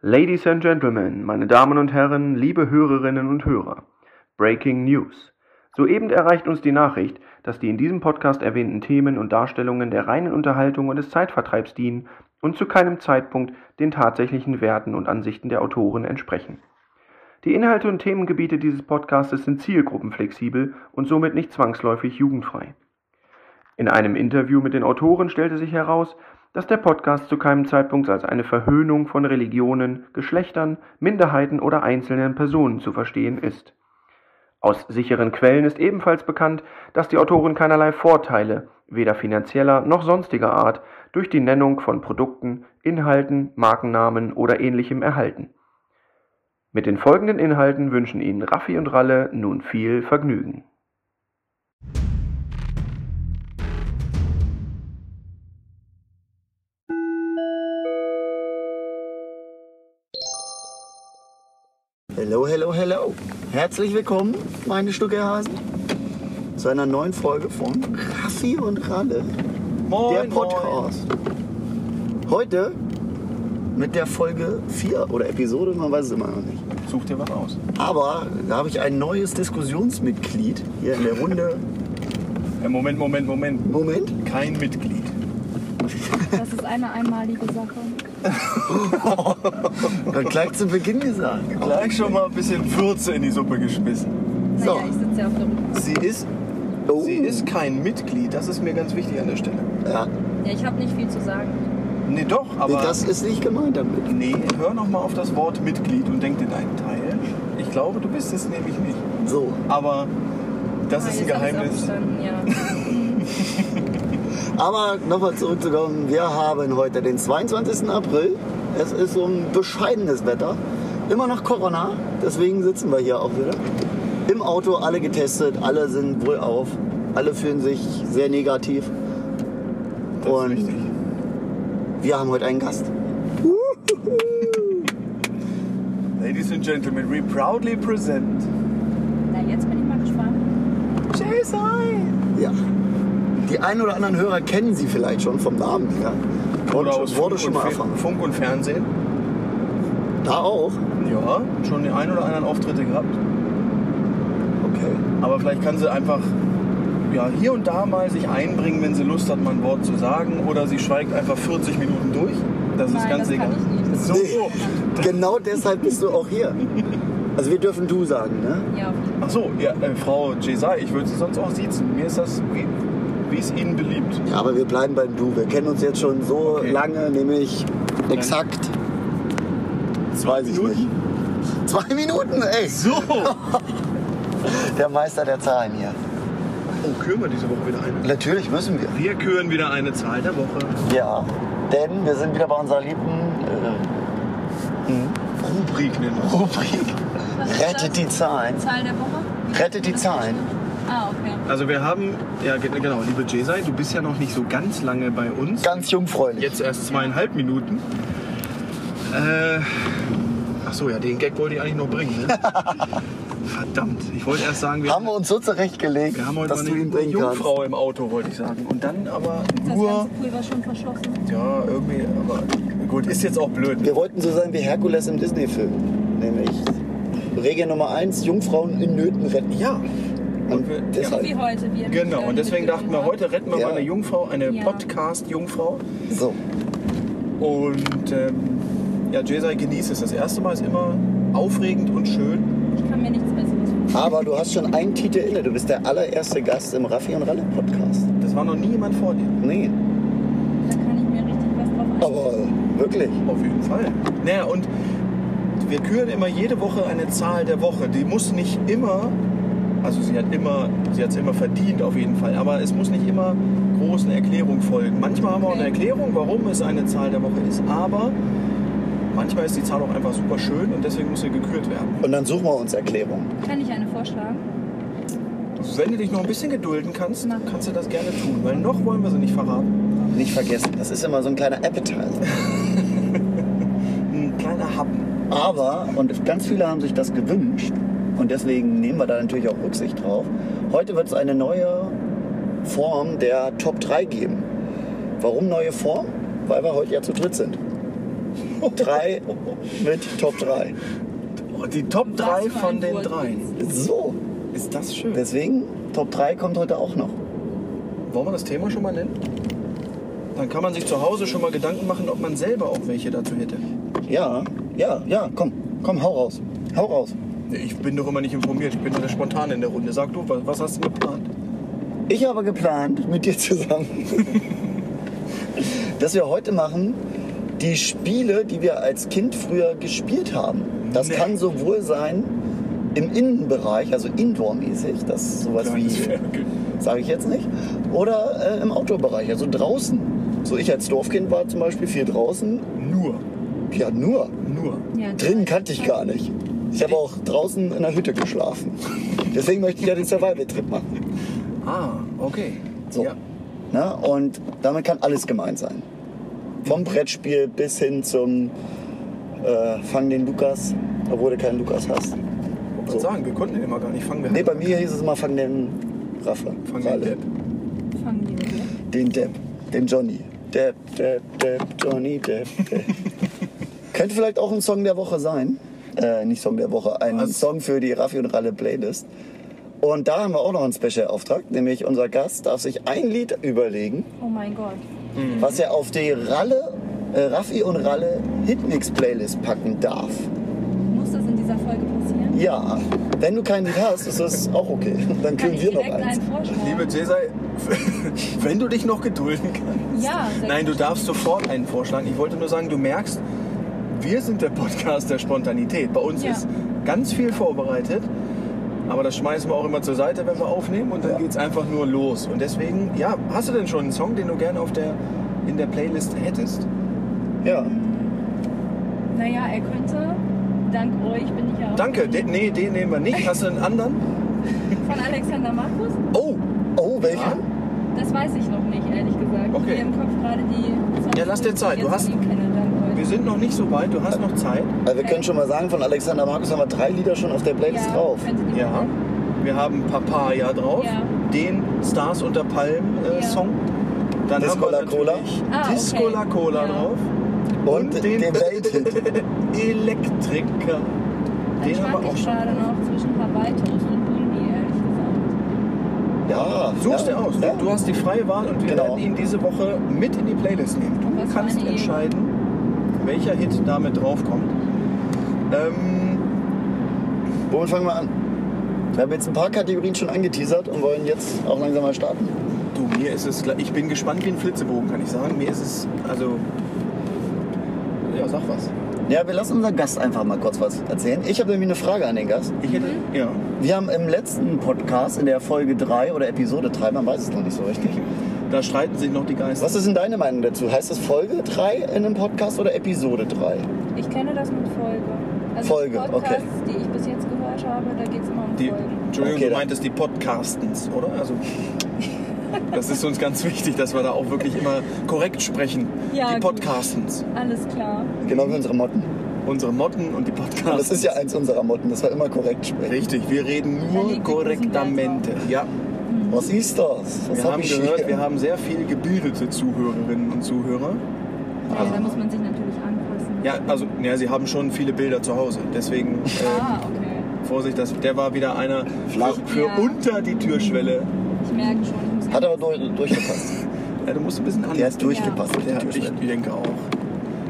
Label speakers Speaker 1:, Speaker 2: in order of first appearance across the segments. Speaker 1: Ladies and Gentlemen, meine Damen und Herren, liebe Hörerinnen und Hörer. Breaking News. Soeben erreicht uns die Nachricht, dass die in diesem Podcast erwähnten Themen und Darstellungen der reinen Unterhaltung und des Zeitvertreibs dienen und zu keinem Zeitpunkt den tatsächlichen Werten und Ansichten der Autoren entsprechen. Die Inhalte und Themengebiete dieses Podcastes sind zielgruppenflexibel und somit nicht zwangsläufig jugendfrei. In einem Interview mit den Autoren stellte sich heraus, dass der Podcast zu keinem Zeitpunkt als eine Verhöhnung von Religionen, Geschlechtern, Minderheiten oder einzelnen Personen zu verstehen ist. Aus sicheren Quellen ist ebenfalls bekannt, dass die Autoren keinerlei Vorteile, weder finanzieller noch sonstiger Art, durch die Nennung von Produkten, Inhalten, Markennamen oder ähnlichem erhalten. Mit den folgenden Inhalten wünschen Ihnen Raffi und Ralle nun viel Vergnügen.
Speaker 2: Hello, hello, hello. Herzlich willkommen, meine Stückehasen, zu einer neuen Folge von Raffi und Ralle,
Speaker 3: Moin,
Speaker 2: der Podcast. Heute mit der Folge 4 oder Episode, man weiß es immer noch nicht.
Speaker 3: Moin. Such dir was aus.
Speaker 2: Aber da habe ich ein neues Diskussionsmitglied hier in der Runde.
Speaker 3: Äh, Moment, Moment, Moment.
Speaker 2: Moment.
Speaker 3: Kein Mitglied.
Speaker 4: Das ist eine einmalige Sache.
Speaker 2: Dann gleich zu Beginn gesagt.
Speaker 3: Gleich schon mal ein bisschen Würze in die Suppe geschmissen.
Speaker 2: So.
Speaker 4: Naja, ich sitze ja auf der Rückbank.
Speaker 3: Sie ist,
Speaker 2: Oh.
Speaker 3: sie ist kein Mitglied. Das ist mir ganz wichtig an der Stelle.
Speaker 2: Ja,
Speaker 4: Ja, ich habe nicht viel zu sagen.
Speaker 3: Nee, doch, aber...
Speaker 2: das ist nicht gemeint damit.
Speaker 3: nee, hör noch mal auf das Wort Mitglied und denk dir deinen Teil. Ich glaube, du bist es nämlich nicht.
Speaker 2: So,
Speaker 3: Aber das
Speaker 4: Ah,
Speaker 3: ist ein
Speaker 4: jetzt hab ich's
Speaker 3: Geheimnis.
Speaker 4: aufgestanden, Ja.
Speaker 2: Aber nochmal zurückzukommen, wir haben heute den 22. April. Es ist so ein bescheidenes Wetter. Immer noch Corona, deswegen sitzen wir hier auch wieder. Im Auto, alle getestet, alle sind wohl auf, alle fühlen sich sehr negativ.
Speaker 3: Das ist
Speaker 2: Und
Speaker 3: wichtig.
Speaker 2: wir haben heute einen Gast.
Speaker 3: Ladies and Gentlemen, we proudly present...
Speaker 4: Na, jetzt bin ich mal gespannt.
Speaker 3: Jason!
Speaker 2: Ja. Die einen oder anderen Hörer kennen sie vielleicht schon vom Namen her.
Speaker 3: Oder
Speaker 2: Und
Speaker 3: aus
Speaker 2: wurde
Speaker 3: Funk
Speaker 2: schon
Speaker 3: und
Speaker 2: mal
Speaker 3: Fe-
Speaker 2: erfahren.
Speaker 3: Funk und Fernsehen.
Speaker 2: Da auch.
Speaker 3: Ja, schon den einen oder anderen Auftritte gehabt.
Speaker 2: Okay.
Speaker 3: Aber vielleicht kann sie einfach ja, hier und da mal sich einbringen, wenn sie Lust hat, mal ein Wort zu sagen. Oder sie schweigt einfach 40 Minuten durch. Das ist
Speaker 4: Nein,
Speaker 3: ganz
Speaker 4: das
Speaker 3: egal.
Speaker 4: kann ich nicht.
Speaker 3: So, so.
Speaker 2: Genau deshalb bist du auch hier. Also wir dürfen du sagen, ne?
Speaker 4: Ja, auf jeden Fall.
Speaker 3: Ach so, ja, äh, Frau Jesai, ich würde sie sonst auch siezen. Mir ist das, wie, wie es Ihnen beliebt.
Speaker 2: Ja, aber wir bleiben beim Du. Wir kennen uns jetzt schon so
Speaker 3: Okay.
Speaker 2: lange, nämlich exakt. Das weiß ich
Speaker 3: Minuten?
Speaker 2: nicht. Zwei Minuten, ey.
Speaker 3: So!
Speaker 2: Der Meister der Zahlen hier.
Speaker 3: Oh, küren wir diese Woche wieder eine?
Speaker 2: Natürlich müssen wir.
Speaker 3: Wir küren wieder eine Zahl der Woche.
Speaker 2: Ja, denn wir sind wieder bei unserer lieben
Speaker 3: Rubrik nennen
Speaker 2: äh, Rubrik.
Speaker 4: Was ist
Speaker 2: Rettet
Speaker 4: das?
Speaker 2: die Zahlen.
Speaker 4: Zahl der Woche?
Speaker 2: Rettet die
Speaker 4: Das
Speaker 2: Zahlen.
Speaker 4: ist- Ah, okay.
Speaker 3: Also wir haben, ja ge- genau, liebe Jesai, du bist ja noch nicht so ganz lange bei uns.
Speaker 2: Ganz jungfräulich.
Speaker 3: Jetzt erst zweieinhalb Minuten. Äh, ach so, ja, den Gag wollte ich eigentlich noch bringen. Ne? Verdammt, ich wollte erst sagen, wir,
Speaker 2: Haben wir uns so zurechtgelegt,
Speaker 3: wir haben heute
Speaker 2: dass
Speaker 3: mal
Speaker 2: du
Speaker 3: eine
Speaker 2: ihn bringen kannst.
Speaker 3: Jungfrau im Auto, wollte ich sagen. Und dann aber
Speaker 4: Das
Speaker 3: nur,
Speaker 4: ganze Pool war schon verschlossen.
Speaker 3: ja, irgendwie, aber gut, ist jetzt auch blöd.
Speaker 2: Wir wollten so sein wie Herkules im Disney-Film. Nämlich Regel Nummer eins: Jungfrauen in Nöten retten.
Speaker 3: Ja,
Speaker 2: Und
Speaker 3: wir-
Speaker 2: deshalb-
Speaker 4: Wie heute. Wie ihr mich
Speaker 3: genau.
Speaker 4: da
Speaker 3: Und deswegen dachten wir,
Speaker 4: mitgenommen
Speaker 3: heute retten wir
Speaker 2: Ja.
Speaker 3: mal eine Jungfrau, eine
Speaker 4: Ja.
Speaker 3: Podcast-Jungfrau.
Speaker 2: So.
Speaker 3: Und ähm, ja, Jesai genießt es. Das erste Mal ist immer aufregend und schön.
Speaker 4: habt. Ich kann mir nichts Besseres vorstellen.
Speaker 2: Aber du hast schon einen Titel inne. Du bist der allererste Gast im Raffi und Ralle Podcast.
Speaker 3: Das war noch nie jemand vor dir.
Speaker 2: Nee,
Speaker 4: Da kann ich mir richtig was drauf
Speaker 3: Oh.
Speaker 4: einstellen.
Speaker 2: aber wirklich.
Speaker 3: Auf jeden Fall. Naja, und wir küren immer jede Woche eine Zahl der Woche. Die muss nicht immer, also sie hat immer, sie hat es immer verdient auf jeden Fall, aber es muss nicht immer großen Erklärungen folgen. Manchmal haben wir auch eine
Speaker 4: Okay.
Speaker 3: Erklärung, warum es eine Zahl der Woche ist, aber manchmal ist die Zahl auch einfach super schön und deswegen muss sie gekürt werden.
Speaker 2: Und dann suchen wir uns Erklärungen.
Speaker 4: Kann ich eine vorschlagen?
Speaker 3: Wenn du dich noch ein bisschen gedulden kannst,
Speaker 4: Na.
Speaker 3: kannst du das gerne tun, weil noch wollen wir sie nicht verraten.
Speaker 2: Nicht vergessen, das ist immer so ein kleiner Appetizer.
Speaker 3: Ein kleiner Happen.
Speaker 2: Aber, und ganz viele haben sich das gewünscht, und deswegen nehmen wir da natürlich auch Rücksicht drauf, heute wird es eine neue Form der Top 3 geben. Warum neue Form? Weil wir heute ja zu dritt sind. drei mit Top 3.
Speaker 3: Oh, die Top 3 von den dreien.
Speaker 2: So,
Speaker 3: Ist das schön.
Speaker 2: deswegen, Top 3 kommt heute auch noch.
Speaker 3: Wollen wir das Thema schon mal nennen? Dann kann man sich zu Hause schon mal Gedanken machen, ob man selber auch welche dazu hätte.
Speaker 2: Ja, ja, ja, komm, komm, hau raus. Hau raus.
Speaker 3: Ich bin doch immer nicht informiert, ich bin nur der Spontan in der Runde. Sag du, was, was hast du geplant?
Speaker 2: Ich habe geplant, mit dir zusammen, dass wir heute machen die Spiele, die wir als Kind früher gespielt haben. Das
Speaker 3: Nee.
Speaker 2: kann sowohl sein im Innenbereich, also indoor-mäßig, das ist sowas wie, sage ich jetzt nicht, oder äh, im Outdoor-Bereich, also draußen. So ich als Dorfkind war zum Beispiel viel draußen,
Speaker 3: Nur,
Speaker 2: ja nur.
Speaker 3: nur.
Speaker 4: Ja,
Speaker 2: Drinnen kannte ich gar nicht. Ich habe auch draußen in der Hütte geschlafen. Deswegen möchte ich ja den Survival-Trip machen.
Speaker 3: Ah, okay.
Speaker 2: So.
Speaker 3: Ja.
Speaker 2: Ne? Und damit kann alles gemeint sein. Vom Brettspiel bis hin zum äh, Fang den Lukas, obwohl du keinen Lukas hast.
Speaker 3: Ich
Speaker 2: So.
Speaker 3: so. sagen, wir konnten den immer gar nicht fangen. Wir
Speaker 2: Nee,
Speaker 3: hatten-
Speaker 2: bei mir hieß es immer Fang den Raffler.
Speaker 3: fangen
Speaker 2: Für
Speaker 3: wir
Speaker 2: alle.
Speaker 3: Depp.
Speaker 4: fangen die mit, ne?
Speaker 2: Den Depp, den Johnny. Depp, Depp, Depp, Johnny, Depp, Depp. Könnte vielleicht auch ein Song der Woche sein. Äh, nicht Song der Woche, ein
Speaker 3: Was?
Speaker 2: Song für die Raffi und Ralle Playlist. Und da haben wir auch noch einen Special-Auftrag, nämlich unser Gast darf sich ein Lied überlegen,
Speaker 4: Oh mein Gott.
Speaker 2: was er auf die Ralle, äh, Raffi und Ralle Hitmix Playlist packen darf.
Speaker 4: Muss das in dieser Folge passieren?
Speaker 2: Ja, wenn du kein Lied hast, ist das auch okay. Dann
Speaker 4: Kann
Speaker 2: können
Speaker 4: ich
Speaker 2: wir noch
Speaker 4: direkt
Speaker 2: eins.
Speaker 4: einen vorschlagen?
Speaker 3: Liebe Cesar, wenn du dich noch gedulden kannst.
Speaker 4: Ja, sehr
Speaker 3: Nein, du
Speaker 4: gut.
Speaker 3: darfst sofort einen vorschlagen. Ich wollte nur sagen, du merkst, wir sind der Podcast der Spontanität. Bei uns
Speaker 4: Ja.
Speaker 3: ist ganz viel vorbereitet, aber das schmeißen wir auch immer zur Seite, wenn wir aufnehmen und dann geht's einfach nur los. Und deswegen, ja, hast du denn schon einen Song, den du gerne auf der, in der Playlist hättest?
Speaker 2: Ja,
Speaker 4: Naja, er könnte. Dank euch bin ich ja auch.
Speaker 3: Danke, den, nee, den nehmen wir nicht. Hast du einen anderen?
Speaker 4: Von Alexander Markus?
Speaker 3: Oh,
Speaker 2: oh, welcher?
Speaker 4: Das weiß ich noch nicht, ehrlich gesagt.
Speaker 3: Okay.
Speaker 4: Ich hab im Kopf gerade die. Songs,
Speaker 3: Ja, lass dir
Speaker 4: die ich
Speaker 3: Zeit. Du
Speaker 4: jetzt
Speaker 3: hast-
Speaker 4: von ihm Kenne, dank
Speaker 3: wir
Speaker 4: euch.
Speaker 3: sind noch nicht so weit, du hast noch Zeit.
Speaker 2: Also wir können schon mal sagen, von Alexander Markus haben wir drei Lieder schon auf der Playlist drauf.
Speaker 4: könntet ihr
Speaker 3: Ja,
Speaker 4: machen.
Speaker 3: wir haben Papaya drauf,
Speaker 4: Ja.
Speaker 3: den Stars unter Palmen äh,
Speaker 4: Ja.
Speaker 3: Song. Dann
Speaker 2: Disco La
Speaker 3: haben wir natürlich
Speaker 4: Ah, okay.
Speaker 3: Disco La Cola
Speaker 4: Ja.
Speaker 3: drauf.
Speaker 2: Und, den, den Welthit.
Speaker 3: Elektriker.
Speaker 4: Dann
Speaker 3: Den haben
Speaker 4: schwank
Speaker 3: wir auch
Speaker 4: Also ich
Speaker 3: schon.
Speaker 4: gerade noch zwischen Hawaii-Toast und Bulmi, ehrlich gesagt.
Speaker 2: Ja,
Speaker 3: Suchst
Speaker 2: ja,
Speaker 3: Ah, dir aus.
Speaker 2: Ja.
Speaker 3: Du hast die freie Wahl und wir
Speaker 2: Genau.
Speaker 3: werden ihn diese Woche mit in die Playlist nehmen. Du
Speaker 4: Was für
Speaker 3: kannst
Speaker 4: eine Ehre.
Speaker 3: entscheiden, welcher Hit damit draufkommt. Ähm,
Speaker 2: Womit fangen wir an? Wir haben jetzt ein paar Kategorien schon angeteasert und wollen jetzt auch langsam mal starten.
Speaker 3: du, mir ist es gleich. Ich bin gespannt wie ein Flitzebogen, kann ich sagen. Mir ist es. Also. Ja, sag was.
Speaker 2: Ja, wir lassen unseren Gast einfach mal kurz was erzählen. Ich habe nämlich eine Frage an den Gast.
Speaker 3: Ich hätte.
Speaker 4: Mhm.
Speaker 3: Ja.
Speaker 2: Wir haben im letzten Podcast, in der Folge 3 oder Episode 3, man weiß es noch nicht so richtig.
Speaker 3: Da streiten sich noch die Geister.
Speaker 2: Was ist denn deine Meinung dazu? Heißt das Folge 3 in einem Podcast oder Episode 3?
Speaker 4: Ich kenne das mit Folge. Also
Speaker 2: Folge,
Speaker 4: die
Speaker 2: okay.
Speaker 4: Podcasts, die ich bis jetzt gehört habe, da geht es immer um
Speaker 3: Die,
Speaker 4: Folgen.
Speaker 3: Entschuldigung,
Speaker 2: Okay,
Speaker 3: du
Speaker 2: dann-
Speaker 3: meintest die Podcastens, oder? Also, das ist uns ganz wichtig, dass wir da auch wirklich immer korrekt sprechen.
Speaker 4: Ja,
Speaker 3: die
Speaker 4: gut.
Speaker 3: Podcastens.
Speaker 4: Alles klar.
Speaker 2: Genau wie unsere Motten.
Speaker 3: Unsere Motten und die Podcastens.
Speaker 2: Und das ist ja eins unserer Motten, dass wir immer korrekt sprechen.
Speaker 3: Richtig, wir reden
Speaker 4: Da liegt
Speaker 3: nur
Speaker 4: ein
Speaker 3: korrektamente. Ja,
Speaker 2: Was ist das? Was
Speaker 3: wir
Speaker 2: hab
Speaker 3: haben
Speaker 2: ich
Speaker 3: gehört,
Speaker 2: hier?
Speaker 3: wir haben sehr viel gebildete Zuhörerinnen und Zuhörer.
Speaker 4: Naja, da muss man sich natürlich anpassen.
Speaker 3: Also- Ja, also, ja, sie haben schon viele Bilder zu Hause. Deswegen,
Speaker 4: Ah, okay.
Speaker 3: äh, Vorsicht, das, der war wieder einer für,
Speaker 2: Flach.
Speaker 3: für
Speaker 4: Ja.
Speaker 3: unter die Türschwelle.
Speaker 4: Ich merke schon, ich muss
Speaker 2: Hat aber durch, durchgepasst.
Speaker 3: Ja, du musst ein bisschen anders.
Speaker 2: Der ist durchgepasst. durch die
Speaker 3: Ja,
Speaker 2: Tür.
Speaker 3: ich denke auch.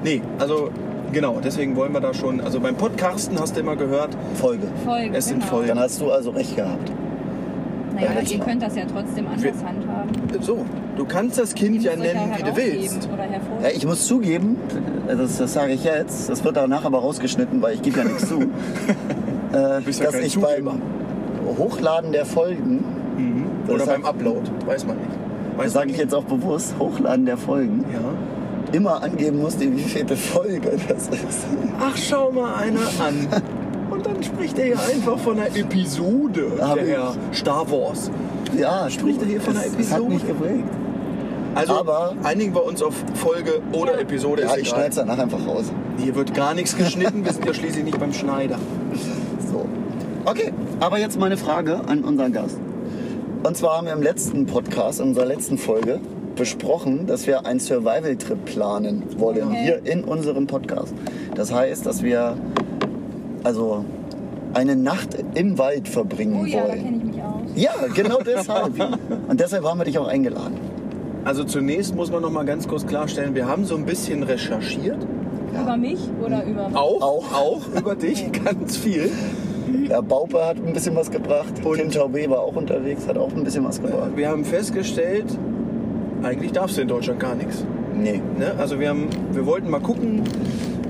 Speaker 3: Nee, also genau, deswegen wollen wir da schon, also beim Podcasten hast du immer gehört,
Speaker 2: Folge.
Speaker 4: Folgen.
Speaker 3: Es sind
Speaker 4: genau.
Speaker 3: Folgen. also-
Speaker 2: Dann hast du also recht gehabt.
Speaker 4: Naja,
Speaker 2: Ja,
Speaker 4: aber
Speaker 2: jetzt
Speaker 4: ihr
Speaker 2: mal.
Speaker 4: könnt das ja trotzdem anders
Speaker 3: Wir-
Speaker 4: handhaben.
Speaker 3: so, du kannst das Kind
Speaker 4: Ihr
Speaker 3: ja
Speaker 4: müsst euch
Speaker 3: nennen, wie du
Speaker 4: herausheben
Speaker 3: willst.
Speaker 4: Oder hervor.
Speaker 2: Ja, ich muss zugeben, also das, das sage ich jetzt, das wird danach aber rausgeschnitten, weil ich gebe ja nichts zu, äh,
Speaker 3: bist ja
Speaker 2: dass
Speaker 3: kein
Speaker 2: ich
Speaker 3: Zugeber.
Speaker 2: beim Hochladen der Folgen, Das
Speaker 3: Mhm. Oder
Speaker 2: hat-
Speaker 3: beim Upload, weiß man nicht.
Speaker 2: das
Speaker 3: Weiß
Speaker 2: sage
Speaker 3: man
Speaker 2: ich
Speaker 3: nicht.
Speaker 2: jetzt auch bewusst, Hochladen der Folgen,
Speaker 3: Ja.
Speaker 2: immer angeben musste, wie viele Folge das ist.
Speaker 3: Ach, schau mal einer an. Und dann spricht er ja einfach von einer Episode,
Speaker 2: Hab
Speaker 3: der
Speaker 2: ich.
Speaker 3: Herr Star Wars.
Speaker 2: Ja,
Speaker 3: Spricht
Speaker 2: du,
Speaker 3: er hier von einer
Speaker 2: es- Es hat
Speaker 3: Episode?
Speaker 2: mich geprägt.
Speaker 3: Also
Speaker 2: Aber-
Speaker 3: einigen wir uns auf Folge oder Episode.
Speaker 2: Ja,
Speaker 3: ist
Speaker 2: ich schneide
Speaker 3: egal.
Speaker 2: es danach einfach raus.
Speaker 3: Hier wird gar nichts geschnitten, wir sind ja schließlich nicht beim Schneider.
Speaker 2: So. Okay, aber jetzt meine Frage an unseren Gast. Und zwar haben wir im letzten Podcast, in unserer letzten Folge, besprochen, dass wir einen Survival-Trip planen wollen,
Speaker 4: Okay.
Speaker 2: hier in unserem Podcast. Das heißt, dass wir also eine Nacht im Wald verbringen
Speaker 4: Oh ja, da
Speaker 2: wollen.
Speaker 4: kenne ich mich aus.
Speaker 2: Ja, genau deshalb. Und deshalb haben wir dich auch eingeladen.
Speaker 3: Also zunächst muss man noch mal ganz kurz klarstellen, wir haben so ein bisschen recherchiert.
Speaker 4: Über mich
Speaker 3: Mhm.
Speaker 4: oder über
Speaker 3: Auch,
Speaker 2: Auch.
Speaker 3: auch über dich, ganz viel.
Speaker 4: Mhm.
Speaker 2: Der Baupe hat ein bisschen was gebracht.
Speaker 3: Und-
Speaker 2: Tim Taubé war auch unterwegs, hat auch ein bisschen was gebracht.
Speaker 3: Wir haben festgestellt, eigentlich darfst du in Deutschland gar nichts.
Speaker 2: Nee.
Speaker 3: Ne? Also wir, haben, wir wollten mal gucken,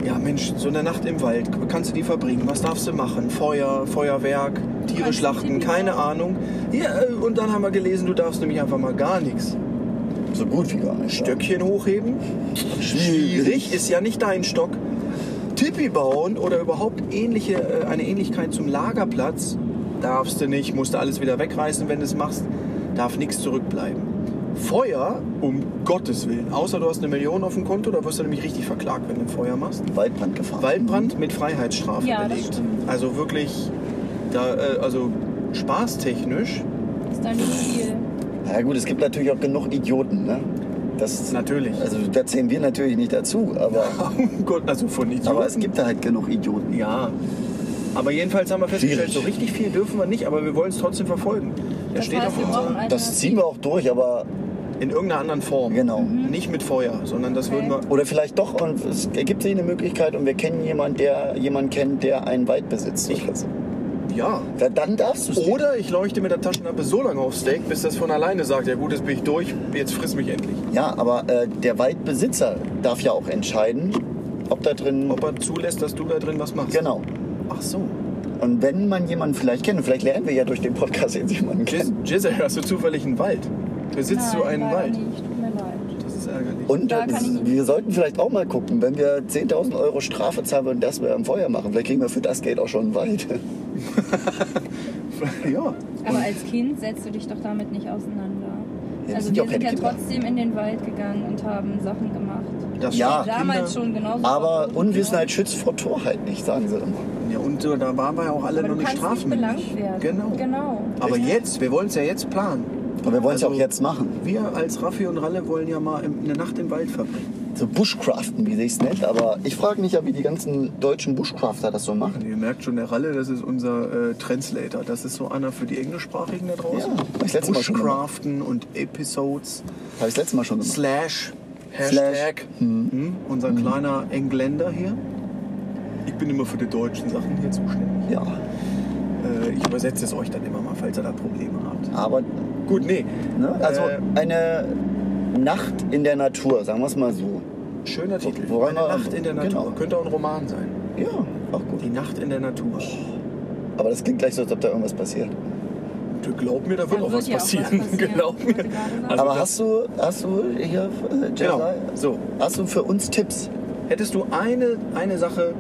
Speaker 3: ja Mensch, so eine Nacht im Wald, kannst du die verbringen? Was darfst du machen? Feuer, Feuerwerk, Tiere
Speaker 4: Kannst du
Speaker 3: schlachten,
Speaker 4: die-
Speaker 3: keine Ahnung. Ja, äh, und dann haben wir gelesen, du darfst nämlich einfach mal gar nichts.
Speaker 2: So gut wie gar nicht.
Speaker 3: Stöckchen hochheben, schwierig, ist ja nicht dein Stock. Tippi bauen oder überhaupt ähnliche, äh, eine Ähnlichkeit zum Lagerplatz darfst du nicht, musst du alles wieder wegreißen, wenn du es machst, darf nichts zurückbleiben. Feuer, um Gottes Willen, außer du hast eine Million auf dem Konto, da wirst du nämlich richtig verklagt, wenn du ein Feuer machst.
Speaker 2: Mhm. Waldbrand gefahren.
Speaker 3: Waldbrand mit Freiheitsstrafe
Speaker 4: Ja, das
Speaker 3: belegt.
Speaker 4: stimmt.
Speaker 3: Also wirklich, da, äh, also spaßtechnisch
Speaker 4: ist da nicht viel.
Speaker 2: Na gut, es gibt natürlich auch genug Idioten, ne? Das,
Speaker 3: natürlich.
Speaker 2: also da zählen wir natürlich nicht dazu, aber,
Speaker 3: Um Gott, also von Idioten.
Speaker 2: aber es gibt da halt genug Idioten.
Speaker 3: Ja. Aber jedenfalls haben wir festgestellt, so
Speaker 2: Schwierig.
Speaker 3: richtig viel dürfen wir nicht, aber wir wollen es trotzdem verfolgen. Der
Speaker 4: Das
Speaker 3: steht
Speaker 4: heißt,
Speaker 3: auf
Speaker 4: wir brauchen
Speaker 3: unserer,
Speaker 4: einen
Speaker 2: Das ziehen wir auch durch, aber
Speaker 3: in irgendeiner anderen Form.
Speaker 2: genau.
Speaker 3: Nicht mit Feuer, sondern das
Speaker 4: Mhm. Okay.
Speaker 3: würden wir.
Speaker 2: Oder vielleicht doch, und es ergibt sich eine Möglichkeit und wir kennen jemanden, der jemanden kennt, der einen Wald besitzt. oder so.
Speaker 3: Ja.
Speaker 2: Ja, dann darfst du es.
Speaker 3: Oder ich leuchte mit der Taschenlampe so lange aufs Steak, bis das von alleine sagt, ja gut, jetzt bin ich durch, jetzt friss mich endlich.
Speaker 2: Ja, aber äh, der Waldbesitzer darf ja auch entscheiden, ob da drin.
Speaker 3: Ob er zulässt, dass du da drin was machst.
Speaker 2: genau.
Speaker 3: Ach so.
Speaker 2: Und wenn man jemanden vielleicht kennt, und vielleicht lernen wir ja durch den Podcast jetzt jemanden
Speaker 3: Jizz,
Speaker 2: kennen.
Speaker 3: Jizz, hast du zufällig einen Wald? Besitzt du einen
Speaker 4: leider
Speaker 3: Wald?
Speaker 4: Nicht. Tut mir leid.
Speaker 3: Das ist ärgerlich.
Speaker 2: Und
Speaker 4: Da kann ich nicht.
Speaker 2: wir sollten vielleicht auch mal gucken, wenn wir 10.000 Euro Strafe zahlen würden, dass wir am Feuer machen. Vielleicht kriegen wir für das Geld auch schon einen Wald.
Speaker 3: ja.
Speaker 4: Aber als Kind setzt du dich doch damit nicht auseinander.
Speaker 2: wir
Speaker 4: also
Speaker 2: sind ja
Speaker 4: wir
Speaker 2: auch
Speaker 4: sind
Speaker 2: keine
Speaker 4: ja
Speaker 2: Kinder.
Speaker 4: trotzdem in den Wald gegangen und haben Sachen gemacht.
Speaker 3: Das
Speaker 2: Ja.
Speaker 3: stimmt.
Speaker 4: Damals
Speaker 3: Kinder-
Speaker 4: schon genauso.
Speaker 2: Aber Unwissenheit schützt vor Torheit nicht, sagen sie immer.
Speaker 3: Ja, und so, da waren wir ja auch alle
Speaker 4: Aber
Speaker 3: noch
Speaker 4: du
Speaker 3: nicht
Speaker 4: kannst nicht
Speaker 3: strafmündig.
Speaker 4: belangt werden.
Speaker 3: Genau.
Speaker 4: Genau.
Speaker 3: Aber
Speaker 2: Richtig.
Speaker 3: jetzt, wir wollen es ja jetzt planen.
Speaker 2: Aber wir wollen es ja auch
Speaker 3: Also-
Speaker 2: jetzt machen.
Speaker 3: Wir als Raffi und Ralle wollen ja mal im- eine Nacht im Wald verbringen.
Speaker 2: So Bushcraften, wie sich's nennt. Aber ich frage mich ja, wie die ganzen deutschen Bushcrafter das so machen.
Speaker 3: Ihr merkt schon, der Ralle, das ist unser äh, Translator. Das ist so einer für die Englischsprachigen da draußen.
Speaker 2: Ja, hab ich letztes Mal schon gemacht.
Speaker 3: Bushcraften und Episodes.
Speaker 2: Habe ich letztes Mal schon gemacht.
Speaker 3: Slash.
Speaker 2: Slash.
Speaker 3: Hashtag. Hm, unser kleiner Engländer hier. Ich bin immer für die deutschen Sachen hier zuständig.
Speaker 2: Ja,
Speaker 3: Äh, ich übersetze es euch dann immer mal, falls ihr da Probleme habt.
Speaker 2: aber
Speaker 3: Gut, nee.
Speaker 2: ne? also
Speaker 3: Äh,
Speaker 2: eine Nacht in der Natur, sagen wir es mal so.
Speaker 3: Schöner Titel.
Speaker 2: woran
Speaker 3: Eine
Speaker 2: wir-
Speaker 3: Nacht in der Natur.
Speaker 2: genau.
Speaker 3: Könnte auch ein Roman sein.
Speaker 2: Ja, auch
Speaker 3: Die
Speaker 2: gut.
Speaker 3: Nacht in der Natur.
Speaker 2: Aber das klingt gleich so, als ob da irgendwas passiert.
Speaker 3: Du glaub mir, da wird
Speaker 4: Da
Speaker 3: auch
Speaker 4: wird
Speaker 3: was
Speaker 4: ja auch was
Speaker 3: passieren.
Speaker 4: passieren.
Speaker 3: Glaub mir. Also
Speaker 4: Wollte gerade sagen.
Speaker 2: Aber hast du, hast du hier, äh,
Speaker 3: Genau.
Speaker 2: Jedi,
Speaker 3: So,
Speaker 2: hast du für uns Tipps?
Speaker 3: hättest du eine, eine Sache,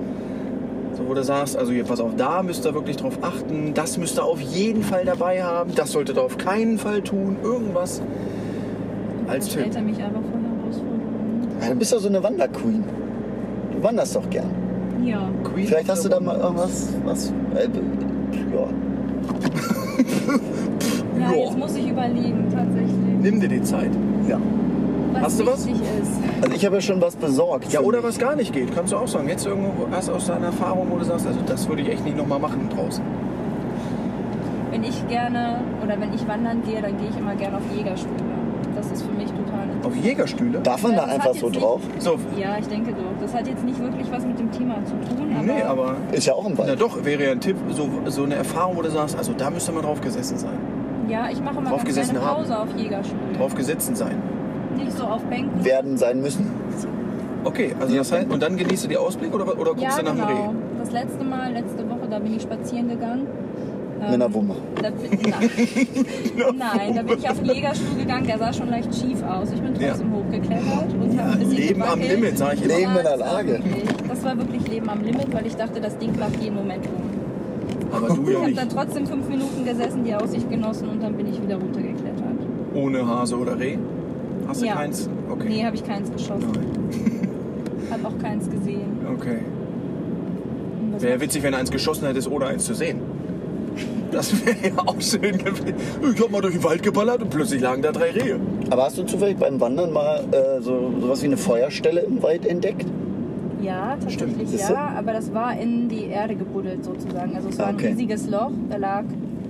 Speaker 3: so, wo du sagst, also hier, pass auf, da müsst ihr wirklich drauf achten, das müsst ihr auf jeden Fall dabei haben, das solltet ihr auf keinen Fall tun, irgendwas als
Speaker 4: Als
Speaker 3: Tipp.
Speaker 4: stellt er mich aber vor Herausforderungen.
Speaker 2: Ja, Du bist doch so eine Wanderqueen. Du wanderst doch gern.
Speaker 4: Ja.
Speaker 3: Queen
Speaker 2: Vielleicht hast du da
Speaker 3: of the
Speaker 2: mal irgendwas, was, äh, ja.
Speaker 4: Ja,
Speaker 3: Ja.
Speaker 4: jetzt muss ich überlegen, tatsächlich.
Speaker 3: Nimm dir die Zeit.
Speaker 2: ja.
Speaker 4: Was
Speaker 3: Hast du was?
Speaker 4: wichtig ist.
Speaker 2: Also ich habe ja schon was besorgt.
Speaker 3: Ja,
Speaker 2: für
Speaker 3: oder
Speaker 2: mich.
Speaker 3: was gar nicht geht, kannst du auch sagen. Jetzt irgendwo hast aus deiner Erfahrung, wo du sagst, also das würde ich echt nicht nochmal machen draußen.
Speaker 4: Wenn ich gerne oder wenn ich wandern gehe, dann gehe ich immer gerne auf Jägerstühle. Das ist für mich total interessant.
Speaker 3: Auf Jägerstühle?
Speaker 2: Darf man da
Speaker 4: Das hat
Speaker 2: einfach
Speaker 4: jetzt
Speaker 2: so
Speaker 4: nicht-
Speaker 2: drauf?
Speaker 3: So,
Speaker 4: Ja, ich denke doch. Das hat jetzt nicht wirklich was mit dem Thema zu tun, aber,
Speaker 3: nee, aber
Speaker 2: Ist ja auch im
Speaker 3: Na
Speaker 2: Wald.
Speaker 3: doch, wäre ja ein Tipp, so, so eine Erfahrung, wo du sagst, also da müsste man drauf gesessen sein.
Speaker 4: ja, ich mache mal
Speaker 3: Drauf
Speaker 4: ganz
Speaker 3: gesessen
Speaker 4: gerne
Speaker 3: haben.
Speaker 4: Pause auf Jägerstühlen.
Speaker 3: Drauf gesessen sein.
Speaker 4: Nicht so auf Bänken.
Speaker 2: Werden sein müssen.
Speaker 3: Okay, also das heißt, und dann genießt du den Ausblick oder, oder guckst
Speaker 4: ja,
Speaker 3: du nach dem
Speaker 4: genau.
Speaker 3: Reh?
Speaker 4: Das letzte Mal, letzte Woche, da bin ich spazieren gegangen. Ähm,
Speaker 2: Mit einer Wumme.
Speaker 4: Da bin, nein. genau. nein, da bin ich auf den Jägerstuhl gegangen, der sah schon leicht schief aus. Ich bin trotzdem hochgeklettert und habe ein bisschen
Speaker 3: Leben am
Speaker 4: gewackelt.
Speaker 3: Limit, sag ich
Speaker 4: Ja,
Speaker 3: immer.
Speaker 2: Leben in der
Speaker 4: das war
Speaker 2: Lage.
Speaker 4: wirklich- Das war wirklich Leben am Limit, weil ich dachte, das Ding macht jeden Moment um.
Speaker 3: Aber du
Speaker 4: Ich
Speaker 3: ja
Speaker 4: habe dann
Speaker 3: nicht.
Speaker 4: trotzdem fünf Minuten gesessen, die Aussicht genossen und dann bin ich wieder runtergeklettert.
Speaker 3: Ohne Hase oder Reh? Hast du
Speaker 4: Ja.
Speaker 3: keins? Okay.
Speaker 4: Nee, habe ich keins geschossen.
Speaker 3: Nein.
Speaker 4: Hab auch keins gesehen.
Speaker 3: Okay.
Speaker 4: Und was-
Speaker 3: Wäre witzig, wenn du eins geschossen hättest, ohne eins zu sehen. Das wäre ja auch schön gewesen. Ich hab mal durch den Wald geballert und plötzlich lagen da drei Rehe.
Speaker 2: Aber hast du zufällig beim Wandern mal äh, so sowas wie eine Feuerstelle im Wald entdeckt?
Speaker 4: Ja, tatsächlich
Speaker 2: Stimmt, siehst du?
Speaker 4: ja, aber das war in die Erde gebuddelt sozusagen. Also es war
Speaker 2: Okay.
Speaker 4: ein riesiges Loch, da lag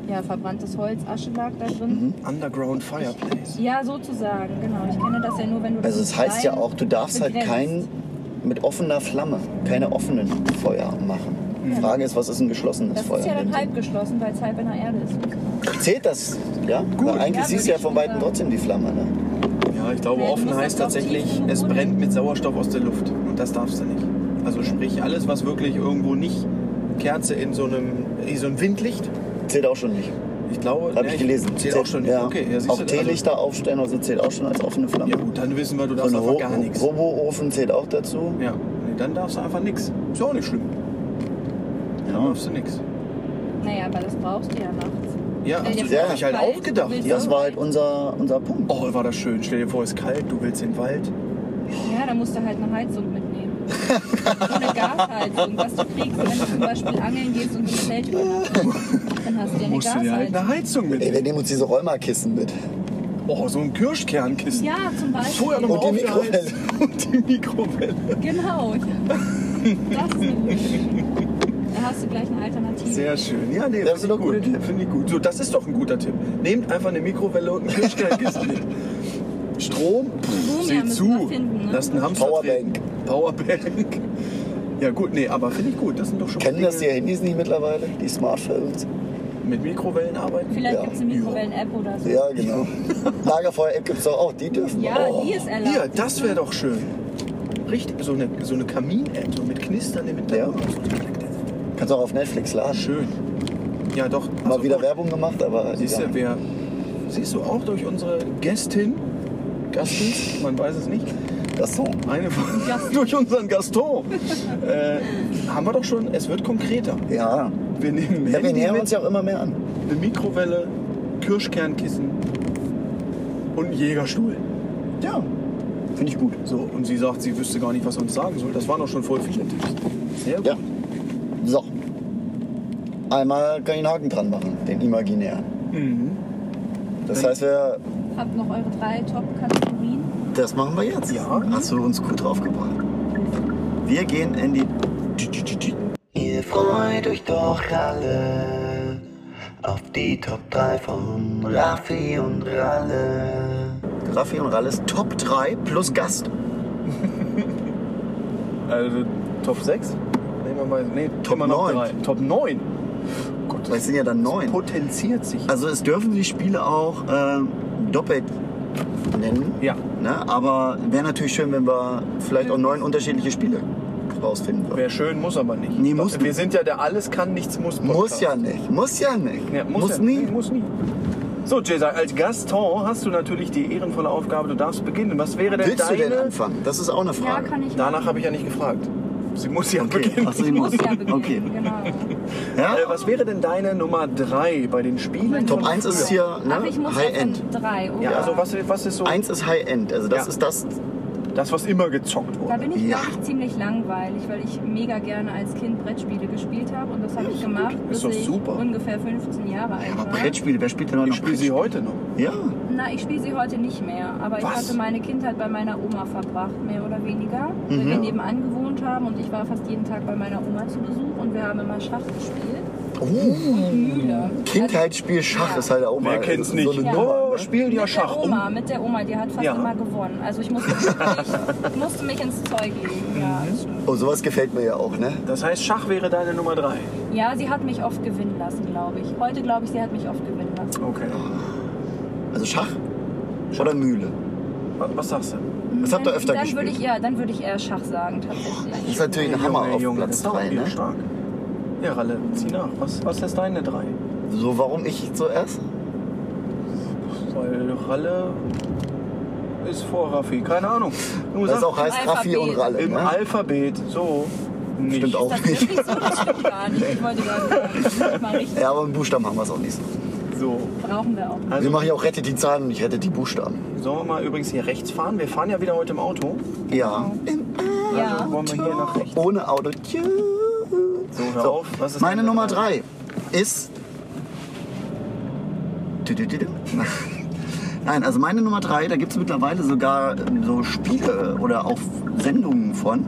Speaker 4: ja, verbranntes Holz, Asche lag da
Speaker 2: Mhm.
Speaker 4: drin.
Speaker 3: Underground Fireplace.
Speaker 4: Ja, sozusagen, genau. Ich kenne das ja nur, wenn du
Speaker 2: Also
Speaker 4: das
Speaker 2: es heißt ja
Speaker 4: rein
Speaker 2: auch, du darfst halt
Speaker 4: begrenzt.
Speaker 2: kein mit offener Flamme, keine offenen Feuer machen. Die Frage ist, was ist ein geschlossenes
Speaker 4: Hm. Das
Speaker 2: Feuer?
Speaker 4: ist ja
Speaker 2: in
Speaker 4: dann
Speaker 2: dem
Speaker 4: halb geschlossen, weil es halb in der Erde ist.
Speaker 2: Sinne? Zählt das? Ja? Gut. Weil eigentlich
Speaker 4: Ja,
Speaker 2: siehst
Speaker 4: würde
Speaker 2: du ja
Speaker 4: ich
Speaker 2: von
Speaker 4: schon
Speaker 2: Weitem
Speaker 4: sagen.
Speaker 2: trotzdem die Flamme. Ne?
Speaker 3: Ja, ich glaube,
Speaker 4: Nee, du
Speaker 3: offen
Speaker 4: musst
Speaker 3: heißt
Speaker 4: das doch
Speaker 3: tatsächlich,
Speaker 4: tief genug
Speaker 3: es
Speaker 4: buddeln.
Speaker 3: brennt mit Sauerstoff aus der Luft. Und das darfst du nicht. Also sprich, alles, was wirklich irgendwo nicht Kerze in so einem, in so einem Windlicht,
Speaker 2: Zählt auch schon nicht.
Speaker 3: ich glaube,
Speaker 2: Habe
Speaker 3: ne,
Speaker 2: ich gelesen.
Speaker 3: Zählt auch schon nicht.
Speaker 2: Ja.
Speaker 3: Okay, ja, siehst
Speaker 2: auch
Speaker 3: du,
Speaker 2: Teelichter aufstellen, also zählt auch schon als offene Flamme.
Speaker 3: Also, ja gut, dann wissen wir, du darfst
Speaker 2: so ein
Speaker 3: einfach
Speaker 2: Ro
Speaker 3: gar nichts.
Speaker 2: Roboofen zählt auch dazu.
Speaker 3: Ja, nee, dann darfst du einfach nichts. Ist ja auch nicht schlimm. Dann
Speaker 2: Ja.
Speaker 3: darfst du nichts.
Speaker 4: Naja, aber das brauchst du ja nachts.
Speaker 3: Ja,
Speaker 4: Stell dir
Speaker 3: also,
Speaker 4: vor,
Speaker 3: hab ich halt
Speaker 4: Wald,
Speaker 3: auch gedacht.
Speaker 4: du willst
Speaker 3: Ja.
Speaker 2: Das war halt unser, unser Punkt.
Speaker 3: Oh, war das schön. Stell dir vor, es ist kalt, du willst in den Wald.
Speaker 4: Ja, da musst du halt eine Heizung mitnehmen. So eine Gasheizung, was du kriegst, wenn du zum Beispiel angeln gehst und im Zelt übernachtest. Dann hast du ja eine
Speaker 3: Musst du dir halt eine
Speaker 4: Gasheizung.
Speaker 3: Heizung
Speaker 2: Ey,
Speaker 3: mitnehmen.
Speaker 2: wir nehmen uns diese Rheuma-Kissen mit.
Speaker 3: Oh, so ein Kirschkernkissen.
Speaker 4: Ja, zum
Speaker 3: Vorher
Speaker 4: Beispiel.
Speaker 3: noch
Speaker 2: Und die
Speaker 3: aufgeheizt. Und die Mikrowelle.
Speaker 4: Genau. Das ist eine gute Idee. Da hast du gleich eine Alternative.
Speaker 3: Sehr schön. Ja, nee,
Speaker 2: Das
Speaker 3: das
Speaker 2: sind
Speaker 3: ist
Speaker 2: doch
Speaker 3: doch gut.
Speaker 2: gute Tipps.
Speaker 3: Finde ich gut. So, das ist doch ein guter Tipp. Nehmt einfach eine Mikrowelle und ein Kirschkernkissen mit. Strom,
Speaker 4: Strom,
Speaker 3: pff,
Speaker 4: ja,
Speaker 3: seht
Speaker 4: müssen
Speaker 3: zu.
Speaker 4: wir finden, ne?
Speaker 3: Lasst einen Hamster
Speaker 2: Powerbank.
Speaker 3: drehen. Powerbank. Ja gut, nee, aber finde ich gut. Das sind doch schon
Speaker 2: Kennen das die
Speaker 3: Dinge.
Speaker 2: Handys nicht mittlerweile? Die Smartphones?
Speaker 3: Mit Mikrowellen arbeiten.
Speaker 4: Vielleicht
Speaker 2: Ja.
Speaker 4: gibt es eine Mikrowellen-App oder so.
Speaker 2: Ja, genau. Lagerfeuer-App gibt es doch auch, die dürfen.
Speaker 4: Ja,
Speaker 2: auch.
Speaker 4: die ist erlaubt.
Speaker 3: Oh, Hier, das wäre doch schön. Richtig, so eine, so eine Kamin-App, so mit Knistern im Hintergrund.
Speaker 2: Kannst auch auf Netflix laden.
Speaker 3: Schön. Ja, doch.
Speaker 2: Mal
Speaker 3: also
Speaker 2: wieder
Speaker 3: gut.
Speaker 2: Werbung gemacht, aber
Speaker 3: Siehst
Speaker 2: egal.
Speaker 3: du, wer, siehst du auch durch unsere Gästin, Gastin, man weiß es nicht,
Speaker 2: das Song.
Speaker 3: eine von, durch unseren Gaston, äh, haben wir doch schon, es wird konkreter.
Speaker 2: Ja.
Speaker 3: Wir nehmen
Speaker 2: ja wir
Speaker 3: Handy
Speaker 2: nähern
Speaker 3: mit,
Speaker 2: uns ja auch immer mehr an.
Speaker 3: eine Mikrowelle, Kirschkernkissen und einen Jägerstuhl.
Speaker 2: Ja. Finde ich gut.
Speaker 3: So, und sie sagt, sie wüsste gar nicht, was sie uns sagen soll. Das waren doch schon voll viele Tipps. Sehr gut.
Speaker 2: Ja. So. Einmal kann ich einen Haken dran machen, den imaginären.
Speaker 3: Mhm.
Speaker 2: Das heißt, wir,
Speaker 4: Habt noch eure drei Top-Kategorien.
Speaker 2: das machen wir jetzt.
Speaker 3: Ja.
Speaker 2: Hast du uns gut draufgebracht. Wir gehen in die.
Speaker 5: Ihr freut euch doch alle auf die Top 3 von Raffi und Ralle.
Speaker 2: Raffi und Ralles Top 3 plus Gast.
Speaker 3: Also Top 6? Nehmen wir mal. Nee,
Speaker 2: Top
Speaker 3: immer noch
Speaker 2: neun.
Speaker 3: drei. Top 9. Gott,
Speaker 2: Weil es sind ja dann neun.
Speaker 3: potenziert sich.
Speaker 2: Also es dürfen die Spiele auch ähm, doppelt nennen.
Speaker 3: Ja.
Speaker 2: Ne? Aber wäre natürlich schön, wenn wir vielleicht auch neun unterschiedliche Spiele rausfinden würden.
Speaker 3: Wäre schön, muss aber nicht.
Speaker 2: Nee, muss
Speaker 3: Wir
Speaker 2: nicht.
Speaker 3: sind ja der Alles kann, nichts muss. Podcast.
Speaker 2: Muss ja nicht. Muss ja nicht.
Speaker 3: Ja, muss,
Speaker 2: muss
Speaker 3: ja.
Speaker 2: nie.
Speaker 3: Nee, muss nie. So, Jesa, als Gaston hast du natürlich die ehrenvolle Aufgabe, du darfst beginnen. Was wäre denn
Speaker 2: Willst
Speaker 3: deine.
Speaker 2: du denn anfangen? Das ist auch eine
Speaker 4: Ja,
Speaker 2: Frage.
Speaker 4: kann ich
Speaker 3: Danach habe ich ja nicht gefragt. Sie muss ja
Speaker 2: Okay.
Speaker 3: beginnen.
Speaker 2: Ach so, die
Speaker 4: Ich muss
Speaker 2: muss.
Speaker 4: ja beginnen.
Speaker 2: Okay.
Speaker 4: Genau.
Speaker 2: Ja?
Speaker 3: Äh, was wäre denn deine Nummer 3 bei den Spielen?
Speaker 2: Top
Speaker 3: von
Speaker 2: 1 ist
Speaker 3: früher?
Speaker 2: hier ne?
Speaker 4: Aber ich muss
Speaker 2: High-End.
Speaker 4: jetzt an drei, oder?
Speaker 3: Ja, also was, was ist so.
Speaker 2: 1 ist High-End. Also das
Speaker 3: Ja.
Speaker 2: ist das.
Speaker 3: Das, was immer gezockt
Speaker 4: Da
Speaker 3: wurde.
Speaker 4: bin ich,
Speaker 2: Ja.
Speaker 4: glaube ich, ziemlich langweilig, weil ich mega gerne als Kind Brettspiele gespielt habe und das habe ich gemacht,
Speaker 3: Ist
Speaker 4: bis
Speaker 3: doch
Speaker 4: ich
Speaker 3: super.
Speaker 4: ungefähr 15 Jahre alt
Speaker 2: Aber
Speaker 4: war.
Speaker 2: Brettspiele, wer spielt denn heute
Speaker 3: Ich
Speaker 2: noch
Speaker 3: spiele sie
Speaker 2: Brettspiele?
Speaker 3: heute noch.
Speaker 2: Ja.
Speaker 4: Na, ich spiele sie heute nicht mehr, aber ich
Speaker 3: Was?
Speaker 4: hatte meine Kindheit bei meiner Oma verbracht, mehr oder weniger,
Speaker 3: Mhm.
Speaker 4: weil wir nebenan gewohnt haben und ich war fast jeden Tag bei meiner Oma zu Besuch und wir haben immer Schach gespielt.
Speaker 2: Oh.
Speaker 4: Mühle.
Speaker 2: Kindheitsspiel Schach
Speaker 4: Ja.
Speaker 2: ist halt auch mal.
Speaker 3: Wer kennt's
Speaker 2: so eine
Speaker 3: nicht?
Speaker 2: Nummer,
Speaker 3: oh,
Speaker 2: ne?
Speaker 3: spielen ja
Speaker 4: mit
Speaker 3: Schach.
Speaker 4: Also, Der
Speaker 3: Um.
Speaker 4: Oma, mit der Oma, die hat fast
Speaker 3: Ja.
Speaker 4: immer gewonnen. Also ich musste, ich musste mich ins Zeug legen. Ja,
Speaker 3: Mhm.
Speaker 4: das stimmt.
Speaker 2: Oh, sowas gefällt mir ja auch, ne?
Speaker 3: Das heißt, Schach wäre deine Nummer 3.
Speaker 4: ja, sie hat mich oft gewinnen lassen, glaube ich. Heute glaube ich, sie hat mich oft gewinnen lassen.
Speaker 3: Okay.
Speaker 2: Ah. Also Schach oder Mühle?
Speaker 3: Wa- Was sagst du?
Speaker 2: Das habt ihr öfter
Speaker 4: dann
Speaker 2: gespielt.
Speaker 4: Würde ich, ja, dann würde ich eher Schach sagen,
Speaker 2: Das
Speaker 4: tatsächlich.
Speaker 2: ist natürlich ein
Speaker 3: Junge,
Speaker 2: Hammer auf
Speaker 3: Junge,
Speaker 2: Platz
Speaker 3: das war
Speaker 2: 3,
Speaker 3: wieder
Speaker 2: ne?
Speaker 3: stark. Ja, Ralle, zieh nach. Was, was ist deine 3?
Speaker 2: So, warum ich zuerst?
Speaker 3: Weil Ralle ist vor Raffi. Keine Ahnung. Nur
Speaker 2: Das
Speaker 3: sag-
Speaker 2: auch heißt Raffi und Ralle,
Speaker 3: Im
Speaker 2: ne?
Speaker 3: Alphabet, so. Nicht.
Speaker 2: Stimmt auch
Speaker 4: Das
Speaker 2: nicht.
Speaker 4: ist wirklich so, das stimmt gar nicht. Ich wollte gerade sagen, das ist mal richtig.
Speaker 2: Ja, aber im Buchstaben haben wir es auch nicht so.
Speaker 3: So.
Speaker 4: Brauchen wir auch.
Speaker 2: Wir
Speaker 3: Also,
Speaker 2: machen ja auch Rettet die Zahlen und ich rette die Buchstaben.
Speaker 3: sollen wir mal übrigens hier rechts fahren? Wir fahren ja wieder heute im Auto.
Speaker 2: Ja. Im
Speaker 4: Ja.
Speaker 3: Also, Wollen wir hier nach rechts?
Speaker 2: Ohne Auto.
Speaker 3: So, hör auf. Was ist
Speaker 2: Meine
Speaker 3: deine
Speaker 2: Nummer
Speaker 3: drei?
Speaker 2: 3 ist Tütütütü. Nein, also meine Nummer drei, da gibt es mittlerweile sogar ähm, so Spiele oder auch Sendungen von,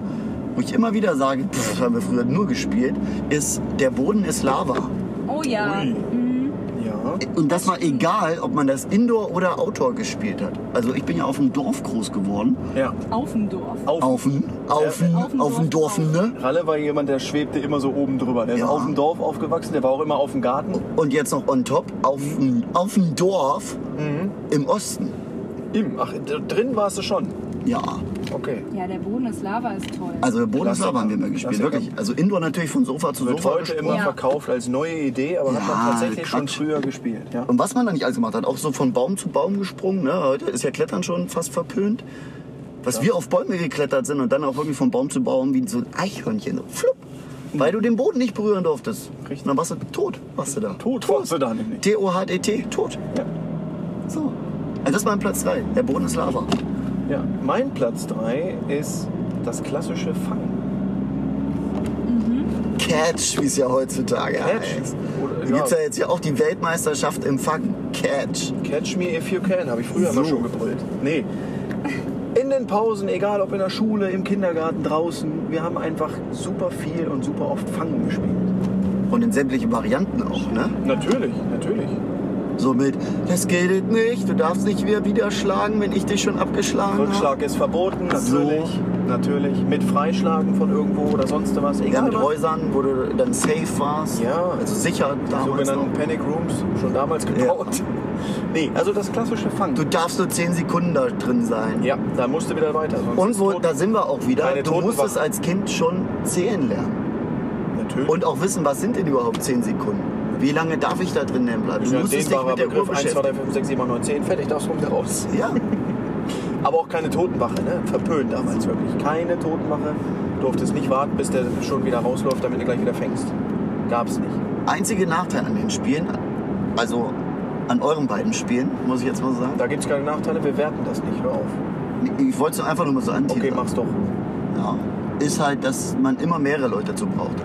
Speaker 2: wo ich immer wieder sage, pff, das haben wir früher nur gespielt, ist Der Boden ist Lava.
Speaker 4: Oh ja.
Speaker 3: Ui.
Speaker 4: Mhm.
Speaker 3: Ja.
Speaker 2: Und das war egal, ob man das Indoor oder Outdoor gespielt hat. Also ich bin ja auf dem Dorf groß geworden.
Speaker 3: ja.
Speaker 4: Auf dem Dorf.
Speaker 3: Auf.
Speaker 2: Auf dem, auf dem,
Speaker 4: Auf dem
Speaker 2: auf dem
Speaker 4: Dorf.
Speaker 2: Dorf, ne?
Speaker 3: Ralle war jemand, der schwebte immer so oben drüber. Der
Speaker 2: Ja.
Speaker 3: ist auf dem Dorf aufgewachsen, der war auch immer auf dem Garten.
Speaker 2: Und jetzt noch on top, auf
Speaker 3: Mhm.
Speaker 2: dem, auf dem Dorf im Osten.
Speaker 3: Im, ach, d- drin warst du schon.
Speaker 2: Ja,
Speaker 3: Okay.
Speaker 4: Ja, der Boden ist Lava ist toll.
Speaker 2: also der Bundesliga
Speaker 3: Klassiker.
Speaker 2: haben wir immer gespielt,
Speaker 3: Klassiker.
Speaker 2: wirklich. Also Indoor natürlich von Sofa zu
Speaker 3: Wird
Speaker 2: Sofa.
Speaker 3: heute
Speaker 2: gesprungen.
Speaker 3: immer
Speaker 4: Ja.
Speaker 3: verkauft als neue Idee, aber hat
Speaker 2: Ja,
Speaker 3: man tatsächlich schon
Speaker 2: Quatsch.
Speaker 3: früher gespielt. Ja.
Speaker 2: Und was man da nicht alles gemacht hat, auch so von Baum zu Baum gesprungen. Ne? Heute ist ja Klettern schon fast verpönt. Was wir auf Bäume geklettert sind und dann auch irgendwie von Baum zu Baum wie so ein Eichhörnchen. So flupp. Weil du den Boden nicht berühren durftest.
Speaker 3: Mhm. Richtig.
Speaker 2: Und dann warst du tot, warst du da.
Speaker 3: Tot warst du da nämlich.
Speaker 2: T-O-H-D-T, tot.
Speaker 3: Ja.
Speaker 2: So. Also das war mein Platz 3. Der Boden ist Lava.
Speaker 3: Ja. Mein Platz 3 ist das klassische Fangen.
Speaker 2: Catch, wie es ja heutzutage
Speaker 3: Catch.
Speaker 2: heißt.
Speaker 3: Oder-
Speaker 2: Da
Speaker 3: ja.
Speaker 2: gibt's ja jetzt ja auch die Weltmeisterschaft im Fangen. Catch.
Speaker 3: Catch me if you can, habe ich früher
Speaker 2: So.
Speaker 3: immer schon gebrüllt. Nee. In den Pausen, egal ob in der Schule, im Kindergarten, draußen, wir haben einfach super viel und super oft Fangen gespielt.
Speaker 2: Und in sämtlichen Varianten auch, ne?
Speaker 3: Natürlich, natürlich.
Speaker 2: So mit, das gilt nicht, du darfst nicht wieder, wieder schlagen, wenn ich dich schon abgeschlagen habe.
Speaker 3: Rückschlag ist verboten,
Speaker 2: So.
Speaker 3: natürlich. Natürlich. Mit Freischlagen von irgendwo oder sonst was.
Speaker 2: Ja,
Speaker 3: Egal
Speaker 2: mit
Speaker 3: was.
Speaker 2: Häusern, wo du dann safe warst.
Speaker 3: Ja.
Speaker 2: Also sicher
Speaker 3: Die
Speaker 2: damals noch.
Speaker 3: sogenannten Panic Rooms, schon damals gebaut. Nee, also das klassische Fang.
Speaker 2: Du darfst nur 10 Sekunden da drin sein.
Speaker 3: ja, da musst du wieder weiter. sonst
Speaker 2: Und
Speaker 3: ist
Speaker 2: wo,
Speaker 3: tot.
Speaker 2: da sind wir auch wieder,
Speaker 3: Keine
Speaker 2: du musst es
Speaker 3: Totenwache.
Speaker 2: als Kind schon zählen lernen.
Speaker 3: Natürlich.
Speaker 2: Und auch wissen, was sind denn überhaupt 10 Sekunden? Wie lange darf ich da drin bleiben? Du
Speaker 3: ja,
Speaker 2: musstest dich
Speaker 3: dehnbarer
Speaker 2: mit der Uhr
Speaker 3: Begriff 1, 2,
Speaker 2: beschäftigen.
Speaker 3: 3, 5, 6, 7, 8, 9, 10. Fertig, darfst du wieder raus.
Speaker 2: Ja,
Speaker 3: Aber auch keine Totenwache, ne? Verpönt damals wirklich. Keine Totenwache. Durftest nicht warten, bis der schon wieder rausläuft, damit du gleich wieder fängst. Gab's nicht.
Speaker 2: einzige Nachteil an den Spielen, also an euren beiden Spielen, muss ich jetzt mal so sagen.
Speaker 3: Da gibt's keine Nachteile, wir werten das nicht. Hör auf.
Speaker 2: Ich wollte es einfach nur mal so anteasern.
Speaker 3: Okay, mach's doch.
Speaker 2: ja, ist halt, dass man immer mehrere Leute dazu braucht.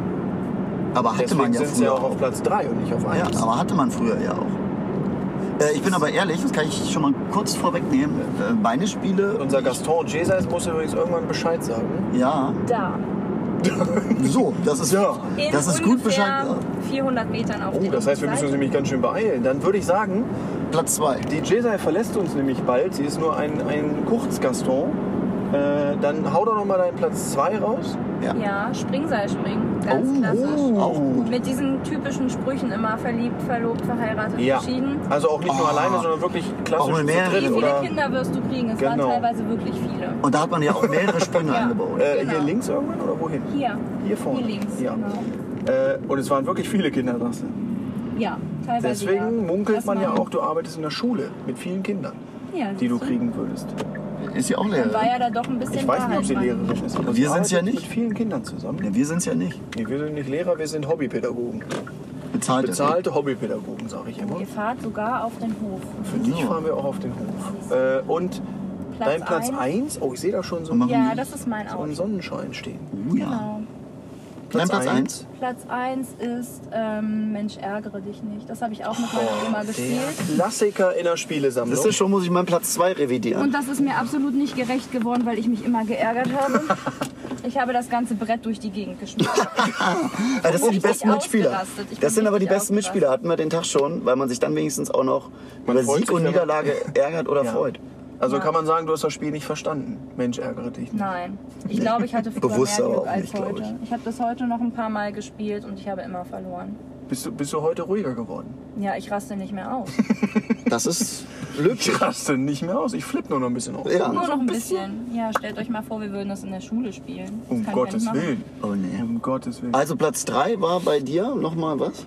Speaker 2: Aber hatte
Speaker 3: Deswegen
Speaker 2: man ja
Speaker 3: sind sie
Speaker 2: früher
Speaker 3: ja auch
Speaker 2: auch.
Speaker 3: auf Platz 3 und nicht auf 1.
Speaker 2: Ja, aber hatte man früher ja auch. Äh, ich bin aber ehrlich, das kann ich schon mal kurz vorwegnehmen. Äh, meine Spiele.
Speaker 3: Unser Gaston Jesais muss übrigens irgendwann Bescheid sagen.
Speaker 2: Ja,
Speaker 4: Da.
Speaker 2: so, das ist,
Speaker 3: Ja.
Speaker 4: In
Speaker 2: das ist gut
Speaker 4: ungefähr
Speaker 2: Bescheid.
Speaker 4: 400 Metern auf
Speaker 3: Oh,
Speaker 4: der
Speaker 3: das heißt, wir müssen
Speaker 4: linken
Speaker 3: uns
Speaker 4: Seite.
Speaker 3: nämlich ganz schön beeilen. Dann würde ich sagen,
Speaker 2: Platz 2.
Speaker 3: die Jesai verlässt uns nämlich bald. Sie ist nur ein, ein Kurzgaston. Äh, dann hau doch nochmal deinen Platz 2 raus.
Speaker 2: Oh,
Speaker 4: Ja, Springseil springen. Ganz klassisch.
Speaker 2: auch gut.
Speaker 4: Mit diesen typischen Sprüchen immer verliebt, verlobt, verheiratet, geschieden.
Speaker 3: Also auch nicht nur
Speaker 2: Ah.
Speaker 3: alleine, sondern wirklich
Speaker 2: Auch
Speaker 3: klassisch
Speaker 2: mit
Speaker 3: zu
Speaker 2: mehreren.
Speaker 4: Wie
Speaker 3: dritt.
Speaker 4: viele
Speaker 3: Oder,
Speaker 4: Kinder wirst du kriegen? Es
Speaker 3: Genau.
Speaker 4: waren teilweise wirklich viele.
Speaker 2: Und da hat man ja auch mehrere Sprünge
Speaker 4: Ja.
Speaker 2: eingebaut.
Speaker 3: äh,
Speaker 4: Genau.
Speaker 3: Hier links irgendwann oder wohin?
Speaker 4: Hier.
Speaker 3: Hier
Speaker 2: Oh.
Speaker 3: vorne.
Speaker 4: Hier links,
Speaker 3: Ja.
Speaker 4: genau.
Speaker 3: Äh, und es waren wirklich viele Kinder, sagst du.
Speaker 4: Ja, teilweise. ja.
Speaker 3: Deswegen munkelt
Speaker 4: Das
Speaker 3: man ja
Speaker 4: waren-
Speaker 3: auch, du arbeitest in der Schule mit vielen Kindern,
Speaker 4: ja,
Speaker 3: die du
Speaker 4: siehst
Speaker 3: kriegen würdest.
Speaker 2: Ist ja auch
Speaker 4: Dann war
Speaker 2: leer.
Speaker 4: ja da doch ein bisschen
Speaker 3: Ich weiß nicht, ob sie
Speaker 4: Wahrheit
Speaker 3: Lehrerin ist. aber
Speaker 2: Wir
Speaker 3: sie
Speaker 2: sind's ja
Speaker 3: arbeitet
Speaker 2: nicht.
Speaker 3: Mit vielen Kindern zusammen.
Speaker 2: Ja, wir sind es ja nicht.
Speaker 3: Nee, wir sind nicht Lehrer, wir sind Hobbypädagogen.
Speaker 2: Bezahlt.
Speaker 3: Bezahlte Hobbypädagogen, sage ich immer.
Speaker 4: dran. Ihr fahrt sogar auf den Hof.
Speaker 3: Für dich
Speaker 2: So.
Speaker 3: fahren wir auch auf den Hof. Äh, und dein Platz
Speaker 4: eins.
Speaker 3: 1, oh, ich sehe da schon so
Speaker 2: Machen
Speaker 4: Ja, das ist mein
Speaker 3: so einen
Speaker 4: Auto.
Speaker 3: Sonnenschein stehen.
Speaker 2: Oh, ja.
Speaker 4: Genau.
Speaker 2: Dein Platz
Speaker 3: eins.
Speaker 2: 1.
Speaker 4: Platz 1 ist ähm, Mensch, ärgere dich nicht. Das habe ich auch mit meiner Oma gespielt.
Speaker 3: Der Klassiker in der Spielesammlung.
Speaker 2: Wisst ihr schon, muss ich meinen Platz 2 revidieren.
Speaker 4: Und das ist mir absolut nicht gerecht geworden, weil ich mich immer geärgert habe. Ich habe das ganze Brett durch die Gegend geschmissen.
Speaker 2: Ja, Äh, das sind die
Speaker 4: richtig
Speaker 2: besten Mitspieler.
Speaker 4: ausgerastet. Ich bin
Speaker 2: Das sind aber die
Speaker 4: richtig
Speaker 2: besten Mitspieler, hatten wir den Tag schon, weil man sich dann wenigstens auch noch
Speaker 3: Man
Speaker 2: über
Speaker 3: freut
Speaker 2: Sieg
Speaker 3: sich,
Speaker 2: und
Speaker 3: wenn man-
Speaker 2: Niederlage ärgert oder
Speaker 3: Ja.
Speaker 2: freut.
Speaker 3: Also
Speaker 4: Ja.
Speaker 3: kann man sagen, du hast das Spiel nicht verstanden. Mensch, ärgere dich nicht.
Speaker 4: Nein, ich glaube, ich hatte früher
Speaker 2: Bewusst
Speaker 4: mehr
Speaker 2: aber
Speaker 4: Glück
Speaker 2: auch
Speaker 4: als
Speaker 2: nicht, glaub
Speaker 4: heute. Ich, habe das heute noch ein paar Mal gespielt und ich habe immer verloren.
Speaker 3: Bist du, bist du heute ruhiger geworden?
Speaker 4: Ja, ich raste nicht mehr aus.
Speaker 2: Das ist
Speaker 3: Ich raste nicht mehr aus. Ich flippe nur noch ein bisschen auf.
Speaker 4: Nur
Speaker 2: ja.
Speaker 4: noch ein bisschen. Ja, stellt euch mal vor, wir würden das in der Schule spielen. Das
Speaker 3: Um
Speaker 4: kann ich
Speaker 3: Gottes
Speaker 4: ja nicht machen.
Speaker 3: Willen.
Speaker 2: Oh nee.
Speaker 3: Um Gottes Willen.
Speaker 2: Also Platz 3 war bei dir nochmal was?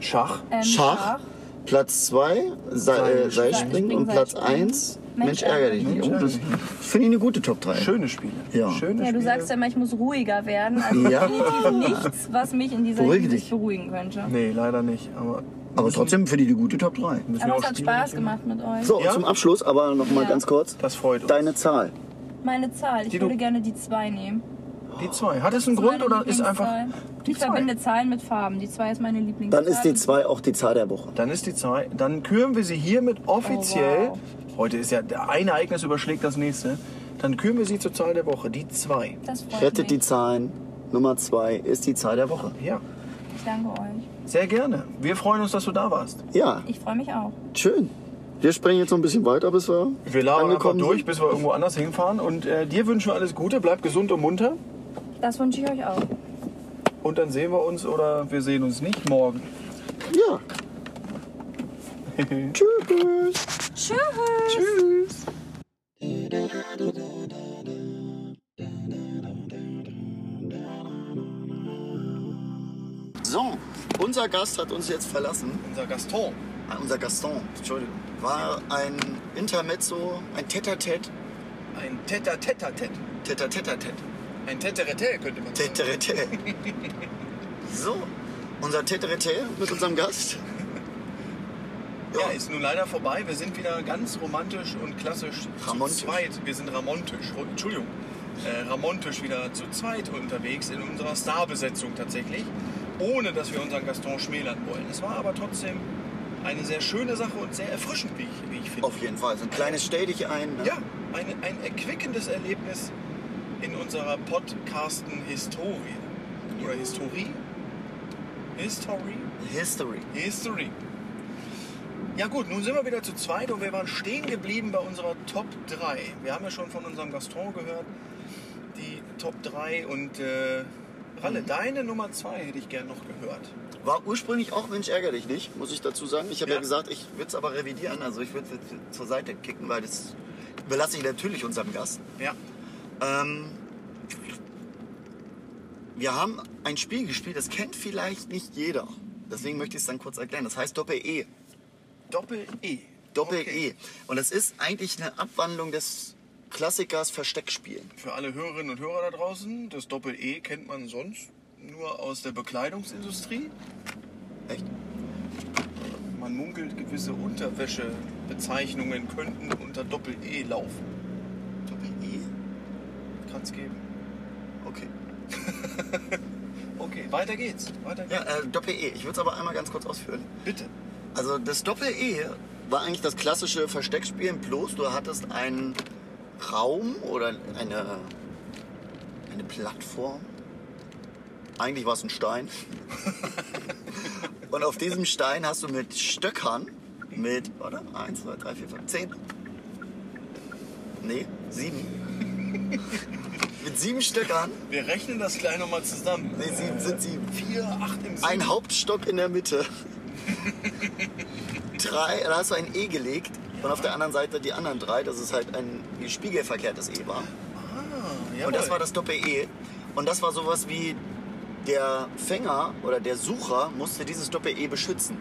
Speaker 3: Schach.
Speaker 4: Ähm,
Speaker 2: Schach. Platz 2
Speaker 3: Seilspringen.
Speaker 2: Seilspringen Seilspringen und Platz
Speaker 4: Seilspringen.
Speaker 2: 1
Speaker 4: Mensch,
Speaker 2: Mensch ärgere dich
Speaker 3: Mensch,
Speaker 2: nicht. Oh,
Speaker 3: ärgere
Speaker 2: das
Speaker 3: dich
Speaker 2: finde ich eine gute Top 3.
Speaker 3: Schöne Spiele.
Speaker 2: Äh. Ja.
Speaker 3: Schöne
Speaker 4: Ja, du
Speaker 3: Spiele.
Speaker 4: sagst ja immer, ich muss ruhiger werden. Also
Speaker 2: Ja.
Speaker 4: definitiv nichts, was mich in dieser
Speaker 2: Beruhige
Speaker 4: Hinsicht
Speaker 2: dich.
Speaker 4: beruhigen könnte.
Speaker 3: Nee, leider nicht. Aber,
Speaker 2: Aber trotzdem finde ich eine gute Top 3.
Speaker 3: müssen wir
Speaker 4: Aber
Speaker 3: auch
Speaker 4: es hat
Speaker 3: Spiele
Speaker 4: Spaß
Speaker 3: nicht-
Speaker 4: gemacht mit euch.
Speaker 2: So,
Speaker 3: Ja?
Speaker 2: und zum Abschluss aber nochmal
Speaker 4: Ja.
Speaker 2: ganz kurz.
Speaker 3: Das freut uns.
Speaker 2: Deine Zahl.
Speaker 4: Meine Zahl, ich
Speaker 3: Die du-
Speaker 4: würde gerne die 2 nehmen.
Speaker 3: Die 2. Hat es einen Grund
Speaker 4: Meine
Speaker 3: oder ist einfach
Speaker 4: Lieblingszahl.
Speaker 3: die
Speaker 4: Ich verbinde
Speaker 3: 2?
Speaker 4: Zahlen mit Farben. Die 2 ist meine Lieblingszahl.
Speaker 2: Dann ist die 2 auch die Zahl der Woche.
Speaker 3: Dann ist die 2. Dann küren wir sie hiermit offiziell.
Speaker 4: Oh,
Speaker 3: Heute ist ja der ein Ereignis überschlägt das nächste. Dann küren wir sie zur Zahl der Woche. Die 2.
Speaker 4: Das freut
Speaker 2: Rettet die
Speaker 4: mich.
Speaker 2: Zahlen. Nummer 2 ist die Zahl der Woche.
Speaker 3: Ja,
Speaker 4: Ich danke euch.
Speaker 3: sehr gerne. Wir freuen uns, dass du da warst.
Speaker 2: Ja,
Speaker 4: Ich freue mich auch.
Speaker 2: schön. Wir springen jetzt noch ein bisschen weiter, bis wir,
Speaker 3: Wir labern einfach
Speaker 2: angekommen
Speaker 3: durch,
Speaker 2: sind.
Speaker 3: bis wir irgendwo anders hinfahren. Und äh, dir wünschen wir alles Gute. Bleib gesund und munter.
Speaker 4: Das wünsche ich euch auch.
Speaker 3: Und dann sehen wir uns oder wir sehen uns nicht morgen.
Speaker 2: Ja. Tschüss.
Speaker 4: Tschüss.
Speaker 2: So, unser Gast hat uns jetzt verlassen.
Speaker 3: Unser Gaston.
Speaker 2: Ah, Unser Gaston, Entschuldigung. War ein Intermezzo, ein Tetatet.
Speaker 3: Ein Teta Teta Tet.
Speaker 2: Tetatetet.
Speaker 3: Ein Teterete könnte man
Speaker 2: Teterete. So, unser Teterete mit unserem Gast.
Speaker 3: Ja, ist nun leider vorbei. Wir sind wieder ganz romantisch und klassisch
Speaker 2: Ramontisch.
Speaker 3: zu zweit. Wir sind ramontisch. Ru- Entschuldigung. Äh, ramontisch wieder zu zweit unterwegs in unserer Starbesetzung tatsächlich. Ohne dass wir unseren Gaston schmälern wollen. Es war aber trotzdem eine sehr schöne Sache und sehr erfrischend, wie ich, wie ich finde.
Speaker 2: Auf jeden Fall. So ein kleines Stell dich ein. Ne?
Speaker 3: Ja, ein, ein erquickendes Erlebnis in unserer Podcasten-Historie. Oder Historie? Historie?
Speaker 2: History.
Speaker 3: History. Ja gut, nun sind wir wieder zu zweit und wir waren stehen geblieben bei unserer Top 3. Wir haben ja schon von unserem Gaston gehört, die Top 3 und äh,
Speaker 2: Mhm.
Speaker 3: Ralle, deine Nummer 2 hätte ich gern noch gehört.
Speaker 2: War ursprünglich auch Mensch ärgere dich nicht, muss ich dazu sagen. Ich habe ja.
Speaker 3: Ja.
Speaker 2: gesagt, ich würde es aber revidieren. Also ich würde zur Seite kicken, weil das überlasse ich natürlich unserem Gast.
Speaker 3: Ja,
Speaker 2: Ähm, wir haben ein Spiel gespielt, das kennt vielleicht nicht jeder. Deswegen möchte ich es dann kurz erklären. Das heißt Doppel-E.
Speaker 3: Doppel-E.
Speaker 2: Doppel-E.
Speaker 3: Okay.
Speaker 2: Und das ist eigentlich eine Abwandlung des Klassikers Versteckspielen.
Speaker 3: Für alle Hörerinnen und Hörer da draußen, das Doppel-E kennt man sonst nur aus der Bekleidungsindustrie.
Speaker 2: Echt?
Speaker 3: Man munkelt, gewisse Unterwäschebezeichnungen könnten unter Doppel-E laufen.
Speaker 2: Doppel-E?
Speaker 3: Kann's geben.
Speaker 2: Okay.
Speaker 3: Okay, weiter geht's. Weiter geht's.
Speaker 2: Ja, äh, Doppel-E. Ich würde es aber einmal ganz kurz ausführen.
Speaker 3: Bitte.
Speaker 2: Also das Doppel-E war eigentlich das klassische Versteckspielen, bloß du hattest einen Raum oder eine, eine Plattform. Eigentlich war es ein Stein. Und auf diesem Stein hast du mit Stöckern, mit, warte, 1, 2, 3, 4, 5, 10. Nee, 7. mit sieben Stöckern,
Speaker 3: Wir rechnen das gleich nochmal zusammen.
Speaker 2: nee, sieben sind sieben.
Speaker 3: 4, 8 im
Speaker 2: Ein Hauptstock in der Mitte. drei, da hast du ein E gelegt und auf der anderen Seite die anderen drei, dass es halt ein spiegelverkehrtes E war.
Speaker 3: Ja,
Speaker 2: Und das war das Doppel-E. Und das war sowas wie der Fänger oder der Sucher musste dieses Doppel-E beschützen.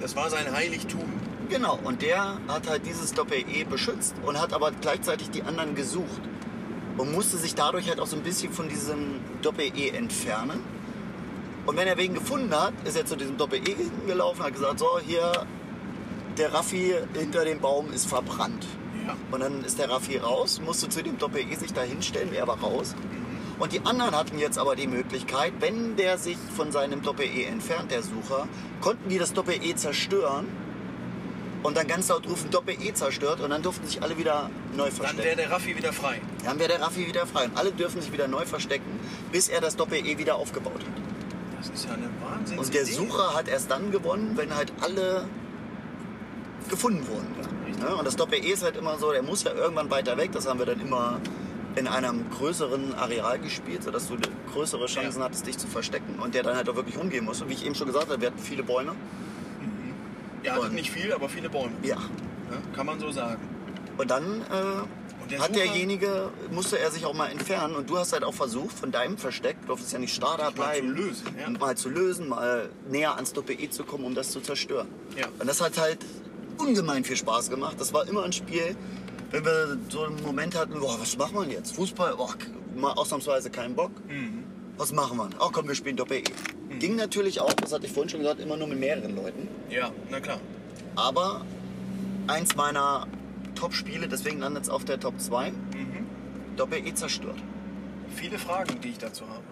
Speaker 3: das war sein Heiligtum.
Speaker 2: Genau, und der hat halt dieses Doppel-E beschützt und hat aber gleichzeitig die anderen gesucht. Und musste sich dadurch halt auch so ein bisschen von diesem Doppel-E entfernen. Und wenn er wen gefunden hat, ist er zu diesem Doppel-E gelaufen, hat gesagt, so, hier, der Raffi hinter dem Baum ist verbrannt.
Speaker 3: Ja.
Speaker 2: Und dann ist der Raffi raus, musste zu dem Doppel-E sich da hinstellen, er war raus. Und die anderen hatten jetzt aber die Möglichkeit, wenn der sich von seinem Doppel-E entfernt, der Sucher, konnten die das Doppel-E zerstören und dann ganz laut rufen, Doppel-E zerstört und dann durften sich alle wieder neu
Speaker 3: Dann wäre
Speaker 2: verstecken.
Speaker 3: der Raffi wieder frei.
Speaker 2: Dann wäre der Raffi wieder frei und alle dürfen sich wieder neu verstecken, bis er das Doppel-E wieder aufgebaut hat.
Speaker 3: Das ist ja eine Wahnsinnsidee.
Speaker 2: Und der Sucher hat erst dann gewonnen, wenn halt alle gefunden wurden. Ne? Und das Doppel-E ist halt immer so, der muss ja irgendwann weiter weg. Das haben wir dann immer in einem größeren Areal gespielt, sodass du größere Chancen
Speaker 3: Ja.
Speaker 2: hattest, dich zu verstecken. Und der dann halt auch wirklich rumgehen musste. Wie ich eben schon gesagt habe, wir hatten viele Bäume.
Speaker 3: Ja, also nicht viel, aber viele Bäume.
Speaker 2: Ja.
Speaker 3: Ja, kann man so sagen.
Speaker 2: Und dann äh,
Speaker 3: Und der
Speaker 2: hat
Speaker 3: Sucher-
Speaker 2: derjenige, musste er sich auch mal entfernen. Und du hast halt auch versucht, von deinem Versteck, du durftest ja nicht starr da
Speaker 3: Dich mal zu
Speaker 2: bleiben,
Speaker 3: lösen, ja.
Speaker 2: mal zu lösen, mal näher ans Doppel-E zu kommen, um das zu zerstören.
Speaker 3: Ja.
Speaker 2: Und das hat halt ungemein viel Spaß gemacht. Das war immer ein Spiel, wenn wir so einen Moment hatten, boah, was machen wir denn jetzt? Fußball, boah, k- mal ausnahmsweise keinen Bock.
Speaker 3: Mhm.
Speaker 2: Was machen wir? Ach komm, wir spielen Doppel-E. Ging natürlich auch, das hatte ich vorhin schon gesagt, immer nur mit mehreren Leuten.
Speaker 3: Ja, na klar.
Speaker 2: Aber eins meiner
Speaker 3: Mhm.
Speaker 2: Top-Spiele, deswegen landet es auf der Top 2, Doppel-E E zerstört.
Speaker 3: viele Fragen, die ich dazu habe.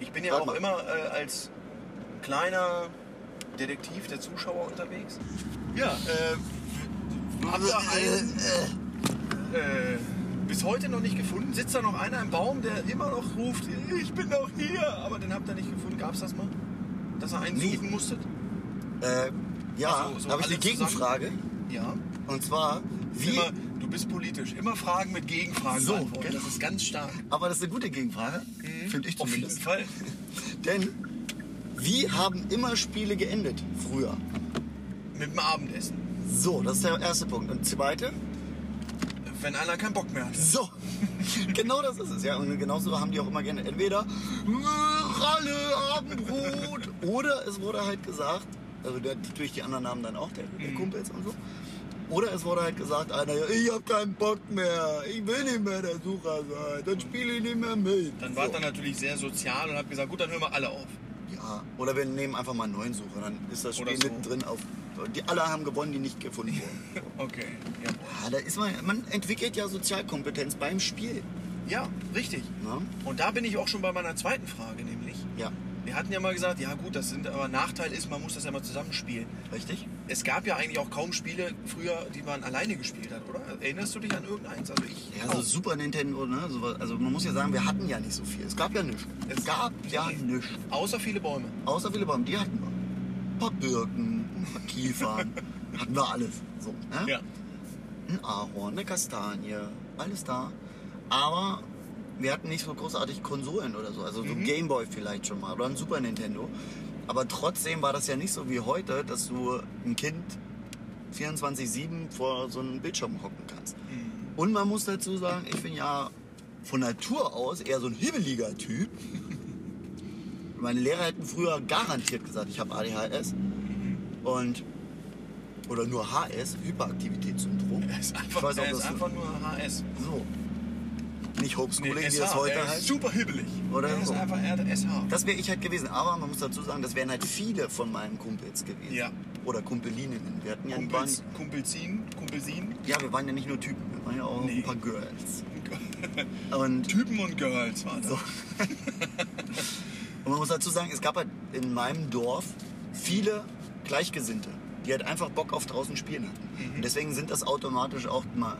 Speaker 3: Ich bin ja
Speaker 2: Frag
Speaker 3: auch
Speaker 2: mal.
Speaker 3: immer äh, als kleiner Detektiv der Zuschauer unterwegs. Ja, äh, habt ihr einen, äh, bis heute noch nicht gefunden? Sitzt da noch einer im Baum, der immer noch ruft, ich bin noch hier, aber den habt ihr nicht gefunden? Gab es das mal? Dass ihr einen
Speaker 2: Nee.
Speaker 3: suchen musstet?
Speaker 2: Äh, ja,
Speaker 3: Also, so
Speaker 2: da habe ich
Speaker 3: alle
Speaker 2: eine Gegenfrage.
Speaker 3: Ja.
Speaker 2: Und zwar, wie.
Speaker 3: Immer, du bist politisch. Immer Fragen mit Gegenfragen
Speaker 2: So,
Speaker 3: beantworten.
Speaker 2: genau.
Speaker 3: Das ist ganz stark.
Speaker 2: Aber das ist eine gute Gegenfrage, finde ich
Speaker 3: Mhm. Auf jeden
Speaker 2: zumindest.
Speaker 3: Fall.
Speaker 2: Denn wie haben immer Spiele geendet früher?
Speaker 3: Mit dem Abendessen.
Speaker 2: So, das ist der erste Punkt. Und zweite,
Speaker 3: Wenn einer keinen Bock mehr hat.
Speaker 2: so. genau das ist es, ja. Und genauso haben die auch immer gerne entweder äh, Ralle, Abendbrot. oder es wurde halt gesagt, also der, natürlich die anderen haben dann auch, der,
Speaker 3: Mhm.
Speaker 2: der Kumpels und so. Oder es wurde halt gesagt, einer, ja, ich hab keinen Bock mehr, ich will nicht mehr der Sucher sein, dann spiele ich nicht mehr mit.
Speaker 3: Dann
Speaker 2: so.
Speaker 3: wart ihr natürlich sehr sozial und habt gesagt, gut, dann hören wir alle auf.
Speaker 2: Ja, oder wir nehmen einfach mal einen neuen Sucher, dann ist das
Speaker 3: Oder
Speaker 2: Spiel
Speaker 3: so.
Speaker 2: mittendrin auf. Die alle haben gewonnen, die nicht gefunden wurden.
Speaker 3: Okay. Ja,
Speaker 2: Ja, da ist man, man entwickelt ja Sozialkompetenz beim Spiel.
Speaker 3: ja richtig.
Speaker 2: Ne?
Speaker 3: Und da bin ich auch schon bei meiner zweiten Frage, nämlich.
Speaker 2: Ja,
Speaker 3: Wir hatten ja mal gesagt, ja gut, das sind aber Nachteil ist, man muss das ja mal zusammenspielen.
Speaker 2: richtig?
Speaker 3: Es gab ja eigentlich auch kaum Spiele früher, die man alleine gespielt hat, oder? Erinnerst du dich an irgendeins? Also ich.
Speaker 2: Ja, so Super Nintendo, ne? sowas. Also man muss ja sagen, wir hatten ja nicht so viel. Es gab ja nichts. Es
Speaker 3: Es-
Speaker 2: gab ja nichts.
Speaker 3: Außer viele Bäume.
Speaker 2: Außer viele Bäume, die hatten wir. Ein paar Birken, ein paar Kiefern, hatten wir alles. So, ne? ein Ahorn, eine Kastanie, alles da. Aber wir hatten nicht so großartig Konsolen oder so. Also so ein Gameboy vielleicht schon mal oder ein Super Nintendo. Aber trotzdem war das ja nicht so wie heute, dass du ein Kind 24-7 vor so einem Bildschirm hocken kannst.
Speaker 3: Mhm.
Speaker 2: Und man muss dazu sagen, ich bin ja von Natur aus eher so ein hibbeliger Typ. Meine Lehrer hätten früher garantiert gesagt, ich habe ADHS. Und. Oder nur HS, Hyperaktivitätssyndrom.
Speaker 3: Er ist
Speaker 2: Ich
Speaker 3: einfach,
Speaker 2: weiß auch,
Speaker 3: er ist
Speaker 2: dass-
Speaker 3: einfach nur HS.
Speaker 2: so. Nicht Homeschooling,
Speaker 3: Nee,
Speaker 2: wie es heute
Speaker 3: er ist
Speaker 2: heißt.
Speaker 3: super hibbelig.
Speaker 2: Oder
Speaker 3: er ist
Speaker 2: so.
Speaker 3: einfach er, SH.
Speaker 2: Das wäre ich halt gewesen. Aber man muss dazu sagen, das wären halt viele von meinen Kumpels gewesen.
Speaker 3: Ja.
Speaker 2: Oder Kumpelininnen. Wir hatten ja, wir waren,
Speaker 3: Kumpels, Kumpelsin, Kumpelsin.
Speaker 2: ja, wir waren ja nicht nur Typen, wir waren ja auch ein
Speaker 3: Nee.
Speaker 2: paar Girls. Und,
Speaker 3: Typen und Girls war das.
Speaker 2: So. und man muss um dazu sagen, es gab halt in meinem Dorf viele Gleichgesinnte, die halt einfach Bock auf draußen spielen hatten. Und deswegen sind das automatisch auch mal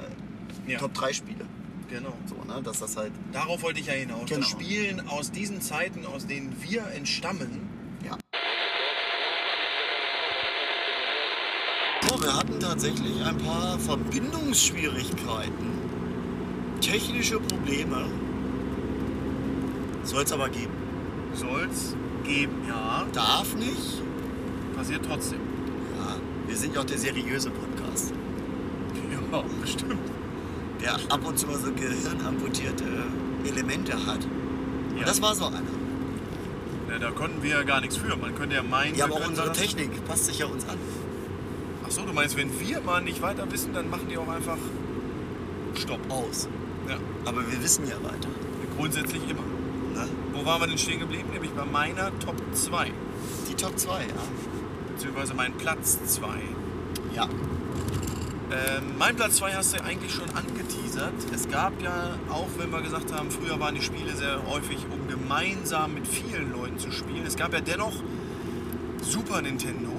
Speaker 2: äh,
Speaker 3: Ja.
Speaker 2: Top 3 Spiele.
Speaker 3: Genau.
Speaker 2: So, ne? Dass das halt,
Speaker 3: Darauf wollte ich ja hinaus.
Speaker 2: Genau.
Speaker 3: Das Spielen aus diesen Zeiten, aus denen wir entstammen.
Speaker 2: ja. So, Oh, wir hatten tatsächlich ein paar Verbindungsschwierigkeiten, technische Probleme. Soll es aber geben.
Speaker 3: Soll's geben, ja.
Speaker 2: Darf nicht.
Speaker 3: Passiert trotzdem.
Speaker 2: Ja, wir sind ja auch der seriöse Podcast.
Speaker 3: Ja, bestimmt.
Speaker 2: Der ab und zu mal so gehirnamputierte Elemente hat. Und
Speaker 3: Ja.
Speaker 2: das war so einer.
Speaker 3: Na, da konnten wir ja gar nichts für. Man könnte ja meinen,
Speaker 2: Ja,
Speaker 3: wir
Speaker 2: aber auch
Speaker 3: können
Speaker 2: unsere
Speaker 3: das-
Speaker 2: Technik passt sich ja uns an.
Speaker 3: Ach so, du meinst, wenn wir mal nicht weiter wissen, dann machen die auch einfach Stopp.
Speaker 2: Aus.
Speaker 3: Ja,
Speaker 2: Aber wir wissen ja weiter.
Speaker 3: grundsätzlich immer.
Speaker 2: Ne?
Speaker 3: Wo waren wir denn stehen geblieben? Nämlich bei meiner Top 2.
Speaker 2: Die Top 2, ja.
Speaker 3: Beziehungsweise mein Platz 2.
Speaker 2: Ja.
Speaker 3: Ähm, mein Platz 2 hast du eigentlich schon angeteasert. Es gab ja, auch wenn wir gesagt haben, früher waren die Spiele sehr häufig, um gemeinsam mit vielen Leuten zu spielen. Es gab ja dennoch Super Nintendo.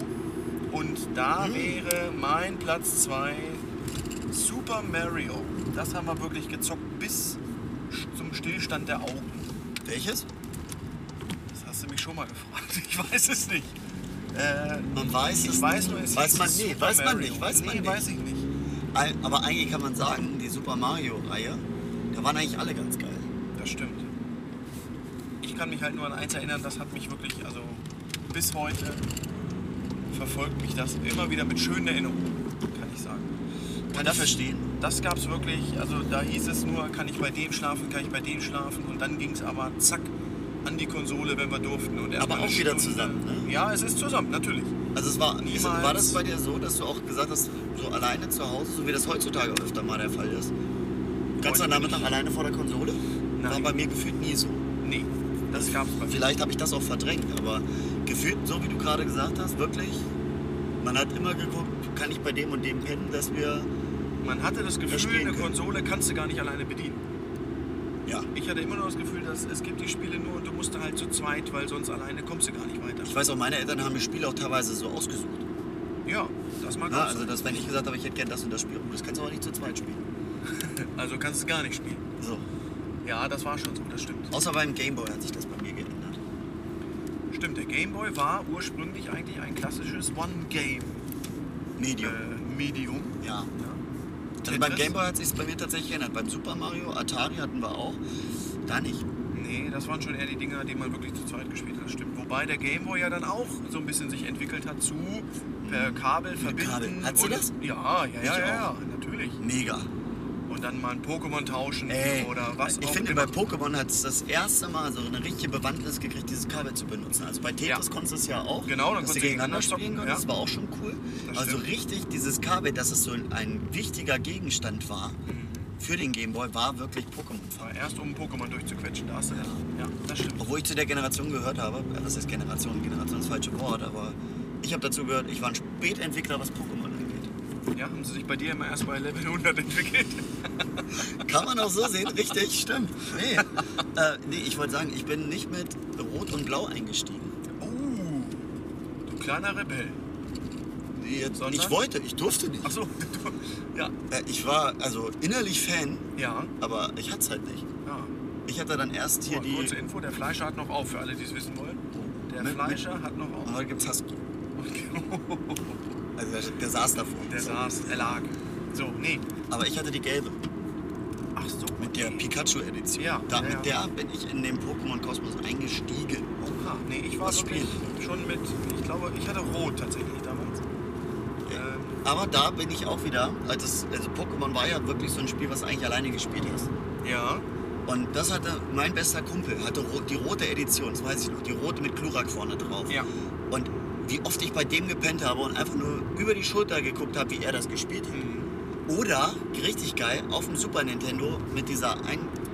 Speaker 3: Und da
Speaker 2: Mhm.
Speaker 3: wäre mein Platz 2 Super Mario. Das haben wir wirklich gezockt bis zum Stillstand der Augen.
Speaker 2: Welches?
Speaker 3: Das hast du mich schon mal gefragt. Ich weiß es nicht. Äh,
Speaker 2: Man weiß es
Speaker 3: ich weiß nur,
Speaker 2: nicht.
Speaker 3: es
Speaker 2: Weiß
Speaker 3: hieß
Speaker 2: man nicht,
Speaker 3: Super
Speaker 2: weiß man
Speaker 3: Mario.
Speaker 2: nicht, weiß man
Speaker 3: nee,
Speaker 2: nicht.
Speaker 3: weiß ich nicht.
Speaker 2: Ei- Aber eigentlich kann man sagen, die Super Mario-Reihe, da waren eigentlich alle ganz geil.
Speaker 3: Das stimmt. Ich kann mich halt nur an eins erinnern, das hat mich wirklich, also bis heute verfolgt mich das immer wieder mit schönen Erinnerungen, kann ich sagen.
Speaker 2: Kann ich
Speaker 3: das-
Speaker 2: verstehen.
Speaker 3: Das gab's wirklich, also da hieß es nur, kann ich bei dem schlafen, kann ich bei dem schlafen und dann ging's aber zack an die Konsole, wenn wir durften. Und erst
Speaker 2: Aber
Speaker 3: mal eine
Speaker 2: auch wieder
Speaker 3: Stunde-
Speaker 2: zusammen, ne?
Speaker 3: Ja, es ist zusammen, natürlich.
Speaker 2: Also es war, es,
Speaker 3: Niemals.
Speaker 2: war das bei dir so, dass du auch gesagt hast, so alleine zu Hause, so wie das heutzutage öfter mal der Fall ist, ganzer
Speaker 3: Heute
Speaker 2: Nachmittag alleine vor der Konsole? War
Speaker 3: Nein.
Speaker 2: bei mir gefühlt nie so.
Speaker 3: Nee, das gab's bei mir.
Speaker 2: Vielleicht habe ich das auch verdrängt, aber gefühlt, so wie du gerade gesagt hast, wirklich, man hat immer geguckt, kann ich bei dem und dem pennen, dass wir
Speaker 3: Man hatte das Gefühl,
Speaker 2: Verstehen
Speaker 3: eine
Speaker 2: können.
Speaker 3: Konsole kannst du gar nicht alleine bedienen.
Speaker 2: Ja.
Speaker 3: Ich hatte immer noch das Gefühl, dass es gibt die Spiele nur und du musst da halt zu zweit, weil sonst alleine kommst du gar nicht weiter.
Speaker 2: Ich weiß auch, meine Eltern haben das Spiel auch teilweise so ausgesucht.
Speaker 3: Ja, das mag
Speaker 2: Ja,
Speaker 3: auch
Speaker 2: also,
Speaker 3: sein.
Speaker 2: dass wenn ich gesagt habe, ich hätte gern das und das Spiel, oh, das kannst du aber nicht zu zweit spielen.
Speaker 3: Also kannst du es gar nicht spielen.
Speaker 2: So.
Speaker 3: Ja, das war schon so, das stimmt.
Speaker 2: Außer beim Gameboy hat sich das bei mir geändert.
Speaker 3: Stimmt, der Gameboy war ursprünglich eigentlich ein klassisches One-Game-Medium.
Speaker 2: Medium.
Speaker 3: Äh, Medium.
Speaker 2: Ja. Also
Speaker 3: Tetris?
Speaker 2: beim Gameboy hat sich bei mir tatsächlich geändert. Beim Super Mario, Atari hatten wir auch. Da nicht.
Speaker 3: Nee, das waren schon eher die Dinger, die man wirklich zu zweit gespielt hat, das stimmt. Wobei der Gameboy ja dann auch so ein bisschen sich entwickelt hat zu per Kabel verbinden.
Speaker 2: Hm. Kabel. Hat sie
Speaker 3: und-
Speaker 2: das?
Speaker 3: Ja, ja,
Speaker 2: Ich
Speaker 3: ja, ja,
Speaker 2: auch.
Speaker 3: ja, natürlich.
Speaker 2: Mega.
Speaker 3: Und dann mal ein Pokémon tauschen
Speaker 2: Ey,
Speaker 3: oder was
Speaker 2: ich
Speaker 3: auch
Speaker 2: finde, bei
Speaker 3: immer.
Speaker 2: Pokémon hat es das erste Mal so eine richtige Bewandtnis gekriegt, dieses Kabel zu benutzen. Also bei Tetris
Speaker 3: Ja.
Speaker 2: konntest du es ja auch.
Speaker 3: Genau, dann
Speaker 2: dass du
Speaker 3: konntest du
Speaker 2: gegeneinander
Speaker 3: gegeneinander zocken,
Speaker 2: spielen konntest. Das
Speaker 3: ja.
Speaker 2: war auch schon cool.
Speaker 3: Das
Speaker 2: Also
Speaker 3: stimmt.
Speaker 2: richtig, dieses Kabel, dass es so ein wichtiger Gegenstand war für den Gameboy, war wirklich Pokémon.
Speaker 3: Aber erst um ein Pokémon durchzuquetschen, da hast du recht. Ja, das stimmt.
Speaker 2: Obwohl ich zu der Generation gehört habe, äh, was heißt Generation? Generation ist das falsche Wort, aber ich habe dazu gehört, ich war ein Spätentwickler, was Pokémon angeht.
Speaker 3: Ja, haben sie sich bei dir immer erst bei Level 100 entwickelt?
Speaker 2: Kann man auch so sehen, richtig, stimmt. Nee, äh, nee ich wollte sagen, ich bin nicht mit Rot und Blau eingestiegen.
Speaker 3: Oh, du kleiner Rebell.
Speaker 2: Nee, jetzt-
Speaker 3: Sondern?
Speaker 2: Ich wollte, ich durfte nicht.
Speaker 3: Achso, du, ja,
Speaker 2: Äh, Ich war also innerlich Fan,
Speaker 3: ja,
Speaker 2: aber ich hatte es halt nicht.
Speaker 3: ja.
Speaker 2: Ich hatte dann erst hier
Speaker 3: Mal
Speaker 2: die.
Speaker 3: kurze Info, der Fleischer hat noch auf, für alle, die es wissen wollen. Der
Speaker 2: Mit-
Speaker 3: Fleischer hat noch
Speaker 2: Und
Speaker 3: auf.
Speaker 2: heute gibt's Husky.
Speaker 3: Und-
Speaker 2: Also der, der saß davor.
Speaker 3: Der saß, er lag. So, nee.
Speaker 2: Aber ich hatte die gelbe
Speaker 3: Ach so.
Speaker 2: mit der Pikachu-Edition.
Speaker 3: Mhm. Ja,
Speaker 2: da,
Speaker 3: ja,
Speaker 2: Mit der bin ich in den Pokémon-Kosmos eingestiegen.
Speaker 3: Oha, nee, ich war
Speaker 2: Das
Speaker 3: wirklich
Speaker 2: Spiel.
Speaker 3: schon mit, ich glaube, ich hatte Rot tatsächlich damals. Ähm,
Speaker 2: Aber da bin ich auch wieder, als es, also Pokémon war ja wirklich so ein Spiel, was du eigentlich alleine gespielt hast.
Speaker 3: ja,
Speaker 2: Und das hatte mein bester Kumpel, hatte ro- die rote Edition, das weiß ich noch, die rote mit Glurak vorne drauf.
Speaker 3: Ja.
Speaker 2: Und wie oft ich bei dem gepennt habe und einfach nur über die Schulter geguckt habe, wie er das gespielt hat.
Speaker 3: Mhm.
Speaker 2: Oder, richtig geil, auf dem Super Nintendo mit dieser